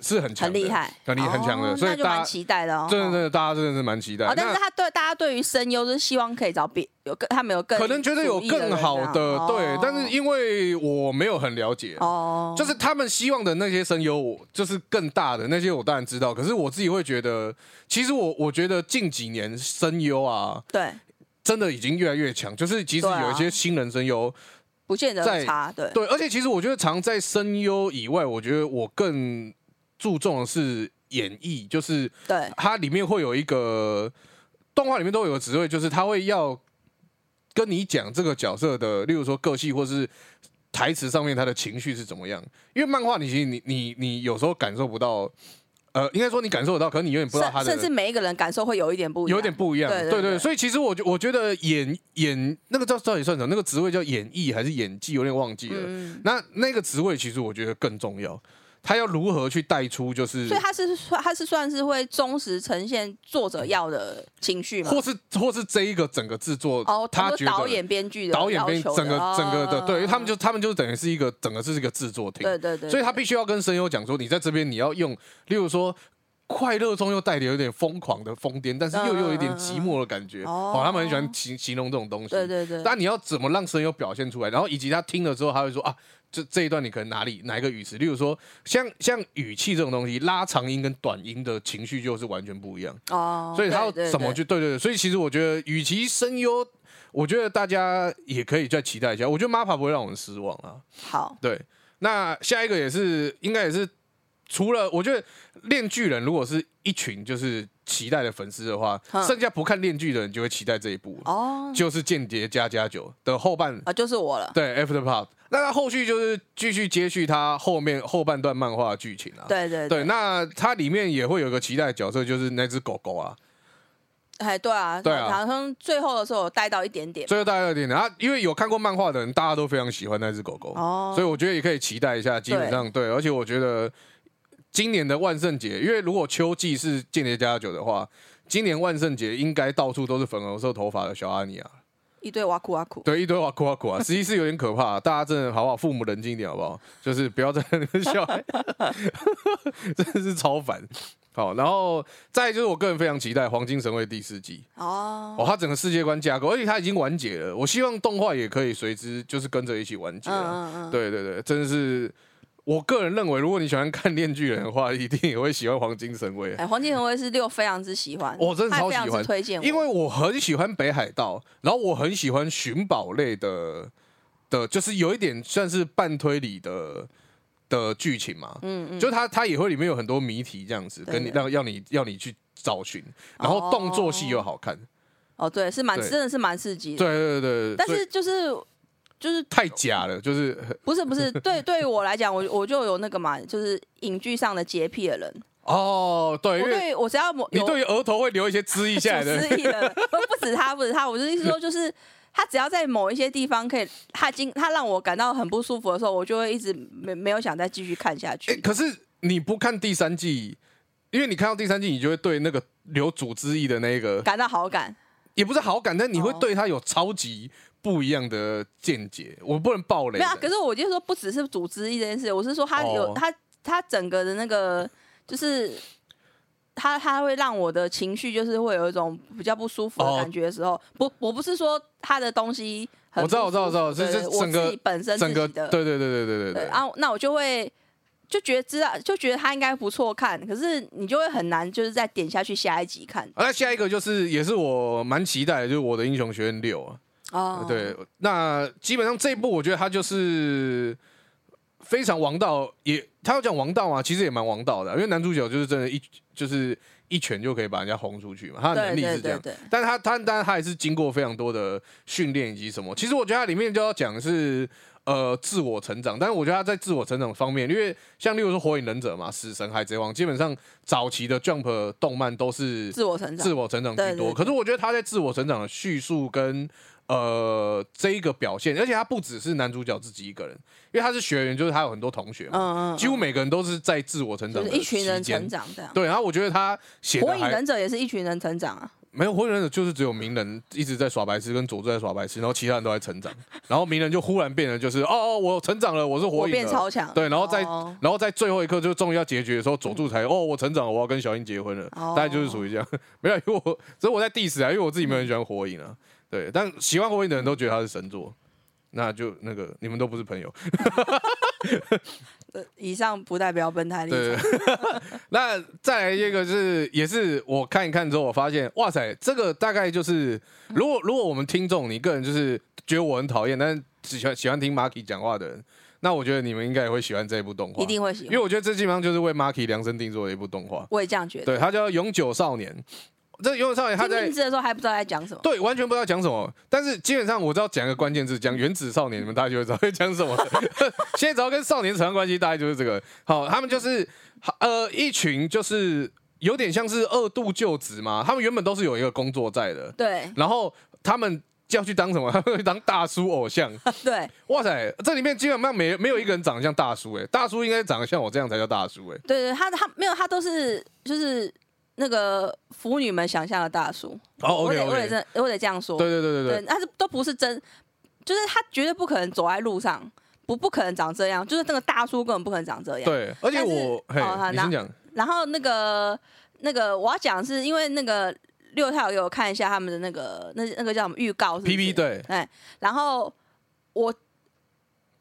[SPEAKER 1] 是很强，
[SPEAKER 2] 很厉，害，
[SPEAKER 1] 很厉很强的
[SPEAKER 2] 哦
[SPEAKER 1] 所以
[SPEAKER 2] 那就
[SPEAKER 1] 大家
[SPEAKER 2] 蛮期待的哦。
[SPEAKER 1] 真的真的大家真的是蛮期待。
[SPEAKER 2] 哦，但
[SPEAKER 1] 那
[SPEAKER 2] 是他对大家对于声优就是希望可以找比有更他们有更
[SPEAKER 1] 可能觉得有
[SPEAKER 2] 主义的
[SPEAKER 1] 更好
[SPEAKER 2] 人啊
[SPEAKER 1] 的，对
[SPEAKER 2] 哦，
[SPEAKER 1] 但是因为我没有很了解，
[SPEAKER 2] 哦，
[SPEAKER 1] 就是他们希望的那些声优，我就是更大的那些，我当然知道。可是我自己会觉得，其实我我觉得近几年声优啊，
[SPEAKER 2] 对，
[SPEAKER 1] 真的已经越来越强，就是即使
[SPEAKER 2] 对啊
[SPEAKER 1] 有一些新人声
[SPEAKER 2] 哦
[SPEAKER 1] 优，
[SPEAKER 2] 不见得
[SPEAKER 1] 在
[SPEAKER 2] 有差，对
[SPEAKER 1] 对，而且其实我觉得常在声优以外，我觉得我更注重的是演绎，就是
[SPEAKER 2] 对
[SPEAKER 1] 它里面会有一个动画里面都有个职位，就是他会要跟你讲这个角色的，例如说个性或是台词上面他的情绪是怎么样。因为漫画你其实你你你有时候感受不到，呃，应该说你感受得到，可是你有点不知道他
[SPEAKER 2] 甚
[SPEAKER 1] 的
[SPEAKER 2] 甚至每一个人感受会有一点不一样，
[SPEAKER 1] 有点不一样。
[SPEAKER 2] 对对
[SPEAKER 1] 对
[SPEAKER 2] 对
[SPEAKER 1] 所以其实我觉我觉得演演那个叫到底算什么？那个职位叫演绎还是演技？有点忘记了。
[SPEAKER 2] 嗯，
[SPEAKER 1] 那那个职位其实我觉得更重要，他要如何去带出就是
[SPEAKER 2] 所以他是他是算是会忠实呈现作者要的情绪嘛
[SPEAKER 1] 或？是或是这一个整个制作，
[SPEAKER 2] 嗯哦，
[SPEAKER 1] 他
[SPEAKER 2] 说
[SPEAKER 1] 觉得
[SPEAKER 2] 导演编剧的
[SPEAKER 1] 导演
[SPEAKER 2] 要
[SPEAKER 1] 编
[SPEAKER 2] 求
[SPEAKER 1] 整个
[SPEAKER 2] 的
[SPEAKER 1] 整个的，
[SPEAKER 2] 哦
[SPEAKER 1] 对，因为他们就他们就等于是一个整个是一个制作厅，
[SPEAKER 2] 对对对，
[SPEAKER 1] 所以他
[SPEAKER 2] 对
[SPEAKER 1] 必须要跟声优讲说，你在这边你要用，例如说。快乐中又带点有点疯狂的疯癫，但是又
[SPEAKER 2] 嗯
[SPEAKER 1] 又有一点
[SPEAKER 2] 嗯嗯
[SPEAKER 1] 寂寞的感觉。
[SPEAKER 2] 哦
[SPEAKER 1] 哦，他们很喜欢形形容这种东西。
[SPEAKER 2] 对对对，
[SPEAKER 1] 但你要怎么让声优表现出来？然后以及他听了之后，他会说啊，这这一段你可能哪里哪一个语词，例如说像像语气这种东西，拉长音跟短音的情绪就是完全不一样。
[SPEAKER 2] 哦，
[SPEAKER 1] 所以他要
[SPEAKER 2] 对对
[SPEAKER 1] 怎么
[SPEAKER 2] 对
[SPEAKER 1] 去？对对对，所以其实我觉得，与其声优，我觉得大家也可以再期待一下。我觉得 MAPA 不会让我们失望啊。
[SPEAKER 2] 好
[SPEAKER 1] 对，那下一个也是应该也是除了我觉得《恋巨人》如果是一群就是期待的粉丝的话，
[SPEAKER 2] 嗯
[SPEAKER 1] 剩下不看《恋巨人》就会期待这一部，
[SPEAKER 2] 哦，
[SPEAKER 1] 就是《间谍加加九》的后半
[SPEAKER 2] 啊，就是我了。
[SPEAKER 1] 对 After Pop，那他后续就是继续接续他后面后半段漫画的剧情啊。
[SPEAKER 2] 对对
[SPEAKER 1] 对，，那它里面也会有个期待的角色，就是那只狗狗啊。
[SPEAKER 2] 哎，对啊，
[SPEAKER 1] 对啊
[SPEAKER 2] 好像最后的时候有带到一点点。
[SPEAKER 1] 最后大家有点啊，因为有看过漫画的人，大家都非常喜欢那只狗狗，
[SPEAKER 2] 哦
[SPEAKER 1] 所以我觉得也可以期待一下。基本上对，而且我觉得今年的万圣节，因为如果秋季是《间谍加加酒》的话，今年万圣节应该到处都是粉红色头发的小阿尼啊，
[SPEAKER 2] 一堆哇酷哇酷。
[SPEAKER 1] 对，一堆哇酷哇酷啊，实际是有点可怕。大家真的好不好？父母冷静一点好不好？就是不要在那边笑， [LAUGHS] 真的是超烦。好，然后再来就是我个人非常期待《黄金神位》第四季。
[SPEAKER 2] 哦，
[SPEAKER 1] 哦，它整个世界观架构，而且它已经完结了。我希望动画也可以随之就是跟着一起完结
[SPEAKER 2] 嗯
[SPEAKER 1] 啊、
[SPEAKER 2] 嗯嗯，
[SPEAKER 1] 对对对，真的是我个人认为，如果你喜欢看《恋巨人》的话，一定也会喜欢《黄金神威》
[SPEAKER 2] 哎，黄金恒威是六非常之喜欢，
[SPEAKER 1] 我真的
[SPEAKER 2] 他也
[SPEAKER 1] 超
[SPEAKER 2] 非常
[SPEAKER 1] 喜
[SPEAKER 2] 之
[SPEAKER 1] 欢
[SPEAKER 2] 推荐我，
[SPEAKER 1] 因为我很喜欢北海道，然后我很喜欢寻宝类的的，就是有一点算是半推理的的剧情嘛。
[SPEAKER 2] 嗯嗯，
[SPEAKER 1] 就它它也会里面有很多谜题这样子，
[SPEAKER 2] 对
[SPEAKER 1] 跟你
[SPEAKER 2] 对
[SPEAKER 1] 让要你要你去找寻，然后动作戏又好看。
[SPEAKER 2] 哦对，是蛮
[SPEAKER 1] 对
[SPEAKER 2] 真的是蛮刺激的，
[SPEAKER 1] 对对对对，
[SPEAKER 2] 但
[SPEAKER 1] 所
[SPEAKER 2] 是
[SPEAKER 1] 以
[SPEAKER 2] 就是就是
[SPEAKER 1] 太假了，就是很
[SPEAKER 2] 不是不是对对于我来讲，我我就有那个嘛，就是影剧上的洁癖的人，
[SPEAKER 1] 哦，对，因
[SPEAKER 2] 我
[SPEAKER 1] 为
[SPEAKER 2] 对于我只要我
[SPEAKER 1] 你
[SPEAKER 2] 有
[SPEAKER 1] 对于额头会留一些汁液下来
[SPEAKER 2] [LAUGHS] 主
[SPEAKER 1] 的，
[SPEAKER 2] 思意的人，不不止他，不止他，我的意思说就是。他只要在某一些地方可以，他经他让我感到很不舒服的时候，我就会一直没没有想再继续看下去。
[SPEAKER 1] 哎，可是你不看第三季，因为你看到第三季，你就会对那个留组织液的那个
[SPEAKER 2] 感到好感。
[SPEAKER 1] 也不是好感，但你会
[SPEAKER 2] 哦
[SPEAKER 1] 对他有超级不一样的见解。我不能爆雷
[SPEAKER 2] 没有、啊，可
[SPEAKER 1] 的，
[SPEAKER 2] 是我就说不只是组织一件事，我是说他有、
[SPEAKER 1] 哦
[SPEAKER 2] 他他整个的那个就是。他他会让我的情绪就是会有一种比较不舒服的
[SPEAKER 1] 哦
[SPEAKER 2] 感觉的时候，不，我不是说他的东西很
[SPEAKER 1] 我知道
[SPEAKER 2] 不舒服
[SPEAKER 1] 我知道我知道
[SPEAKER 2] 对
[SPEAKER 1] 是
[SPEAKER 2] 对
[SPEAKER 1] 是
[SPEAKER 2] 我
[SPEAKER 1] 整个
[SPEAKER 2] 自己本身自
[SPEAKER 1] 整
[SPEAKER 2] 己
[SPEAKER 1] 个
[SPEAKER 2] 的
[SPEAKER 1] 对对对对对对
[SPEAKER 2] 对
[SPEAKER 1] 对。
[SPEAKER 2] 啊，那我就会就觉得知道就觉得他应该不错看，可是你就会很难就是再点下去下一集看
[SPEAKER 1] 啊那下一个就是也是我蛮期待的，就是我的英雄学院六啊。
[SPEAKER 2] 哦，
[SPEAKER 1] 对，那基本上这一部我觉得它就是非常王道，也他要讲王道嘛，其实也蛮王道的啊，因为男主角就是真的一就是一拳就可以把人家轰出去嘛，他的
[SPEAKER 2] 对
[SPEAKER 1] 能力
[SPEAKER 2] 对
[SPEAKER 1] 是这
[SPEAKER 2] 对
[SPEAKER 1] 样。
[SPEAKER 2] 对，
[SPEAKER 1] 但他他但他还是经过非常多的训练以及什么。其实我觉得他里面就要讲的是呃自我成长，但是我觉得他在自我成长方面，因为像例如说《火影忍者》嘛，《死神》《海贼王》，基本上早期的 Jump 动漫都是
[SPEAKER 2] 自我成长
[SPEAKER 1] 自我成长居
[SPEAKER 2] 对对
[SPEAKER 1] 多。
[SPEAKER 2] 对
[SPEAKER 1] 可是我觉得他在自我成长的叙述跟呃这一个表现，而且他不只是男主角自己一个人，因为他是学员，就是他有很多同学嘛，
[SPEAKER 2] 嗯嗯嗯，
[SPEAKER 1] 几乎每个人都是在自我成
[SPEAKER 2] 就
[SPEAKER 1] 长
[SPEAKER 2] 是
[SPEAKER 1] 的
[SPEAKER 2] 一群人
[SPEAKER 1] 期间
[SPEAKER 2] 成。长这样。
[SPEAKER 1] 对，然后我觉得他写的
[SPEAKER 2] 火影
[SPEAKER 1] 还
[SPEAKER 2] 忍者也是一群人成长啊，
[SPEAKER 1] 没有火影忍者就是只有鸣人一直在耍白痴，跟佐助在耍白痴，然后其他人都在成长，然后鸣人就忽然变得就是哦哦，我成长了，我是
[SPEAKER 2] 我
[SPEAKER 1] 火影
[SPEAKER 2] 变
[SPEAKER 1] 了。
[SPEAKER 2] 超强。
[SPEAKER 1] 对，然后在、
[SPEAKER 2] 哦
[SPEAKER 1] 然后在最后一刻就终于要结局的时候，佐助才哦，我成长了，我要跟小樱结婚了，
[SPEAKER 2] 哦
[SPEAKER 1] 大概就是属于这样。没有，因为我所以我在 diss 啊，因为我自己没有很喜欢火影啊，对，但喜欢火影的人都觉得他是神作，那就那个你们都不是朋友。
[SPEAKER 2] 呃以上不代表本台立
[SPEAKER 1] 对
[SPEAKER 2] 场。，
[SPEAKER 1] [LAUGHS] 那再来一个是，也是我看一看之后，我发现，哇塞，这个大概就是，
[SPEAKER 2] 嗯
[SPEAKER 1] 如果如果我们听众你个人就是觉得我很讨厌，但是只喜欢喜欢听 Marky 讲话的人，那我觉得你们应该也会喜欢这一部动画，
[SPEAKER 2] 一，定会喜
[SPEAKER 1] 因为
[SPEAKER 2] 欢。
[SPEAKER 1] 我觉得这基本上就是为 Marky 量身定做的一部动画，
[SPEAKER 2] 我也这样觉得。
[SPEAKER 1] 对，它叫《永久少年》，这《永久少年》它
[SPEAKER 2] 听
[SPEAKER 1] 在
[SPEAKER 2] 名字的时候还不知道在讲什么。
[SPEAKER 1] 对，完全不知道讲什么。但是基本上我知道讲一个关键字，讲原子少年，你们大家就会知道在讲什么。 [LAUGHS] 现在只要跟少年扯上关系，大概就是这个。好，他们就是呃一群就是有点像是二度就职嘛，他们原本都是有一个工作在的，
[SPEAKER 2] 对 [LAUGHS]
[SPEAKER 1] 然后他们。要去当什么？他 [LAUGHS] 们要去当大叔偶像。
[SPEAKER 2] 对
[SPEAKER 1] 哇塞，这里面基本上没没有一个人长得像大叔哎、大叔应该长得像我这样才叫大叔哎、
[SPEAKER 2] 对对，他他没有，他都是就是那个腐女们想象的大叔。
[SPEAKER 1] 哦
[SPEAKER 2] 我
[SPEAKER 1] ，OK
[SPEAKER 2] 得我得
[SPEAKER 1] OK，对
[SPEAKER 2] 这我得这样说。
[SPEAKER 1] 对对对对
[SPEAKER 2] 对，他是都不是真，就是他绝对不可能走在路上，不不可能长这样，就是那个大叔根本不可能长这样。
[SPEAKER 1] 对，而且
[SPEAKER 2] 但是
[SPEAKER 1] 我嘿
[SPEAKER 2] 哦好，
[SPEAKER 1] 你
[SPEAKER 2] 那
[SPEAKER 1] 先讲
[SPEAKER 2] 然后那个那个我要讲的是因为那个六套给我看一下他们的那个那那个叫什么预告是不是
[SPEAKER 1] PP 对，
[SPEAKER 2] 哎，然后我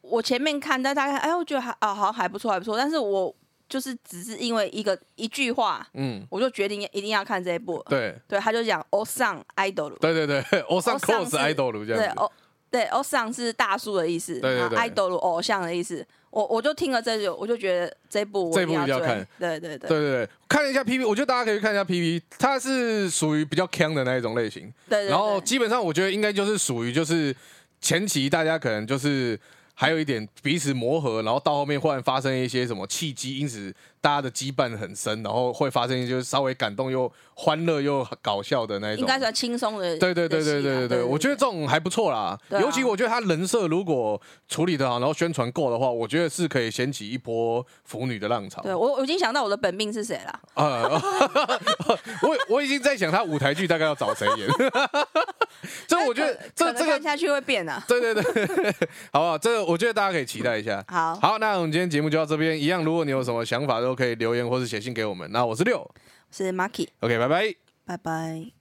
[SPEAKER 2] 我前面看，但大概哎，我觉得还啊，好像还不错，还不错。但是我就是只是因为一个一句话，
[SPEAKER 1] 嗯，
[SPEAKER 2] 我就决定一定要看这一部。
[SPEAKER 1] 对
[SPEAKER 2] 对，他就讲 “O 上 idol”，
[SPEAKER 1] 对对对，我上 close
[SPEAKER 2] 是
[SPEAKER 1] idol 这
[SPEAKER 2] 对
[SPEAKER 1] 样子。
[SPEAKER 2] ，O 对偶像是大叔的意思，
[SPEAKER 1] 对对
[SPEAKER 2] 然后
[SPEAKER 1] 对
[SPEAKER 2] idol 偶像的意思。我我就听了这句，我就觉得这部我
[SPEAKER 1] 这部一定要
[SPEAKER 2] 追
[SPEAKER 1] 看。
[SPEAKER 2] 对对对
[SPEAKER 1] 对对对，看了一下 P P，我觉得大家可以去看一下 P P，它是属于比较 can 的那一种类型。
[SPEAKER 2] 对对。
[SPEAKER 1] 然后
[SPEAKER 2] 对
[SPEAKER 1] 基本上我觉得应该就是属于就是前期大家可能就是还有一点彼此磨合，然后到后面忽然发生一些什么契机，因此大家的羁绊很深，然后会发生一些就是稍微感动又欢乐又搞笑的那一种。
[SPEAKER 2] 应该算轻松的。
[SPEAKER 1] 对对对
[SPEAKER 2] 的戏
[SPEAKER 1] 对
[SPEAKER 2] 啦
[SPEAKER 1] 对对对，我觉得这种还不错啦。
[SPEAKER 2] 对啊
[SPEAKER 1] 尤其我觉得他人设如果处理得好，然后宣传够的话，我觉得是可以掀起一波腐女的浪潮。
[SPEAKER 2] 对我我已经想到我的本命是谁了。
[SPEAKER 1] 啊，我我已经在想他舞台剧大概要找谁演。这我觉得这
[SPEAKER 2] 可能
[SPEAKER 1] 这
[SPEAKER 2] 看
[SPEAKER 1] 个，
[SPEAKER 2] 下去会变啊。
[SPEAKER 1] 对对对，好不好？这个我觉得大家可以期待一下。
[SPEAKER 2] 好，
[SPEAKER 1] 好，那我们今天节目就到这边。一样，如果你有什么想法，都可以留言或是写信给我们。那我是六
[SPEAKER 2] 是 Marky，
[SPEAKER 1] ，OK，拜拜。
[SPEAKER 2] 拜拜。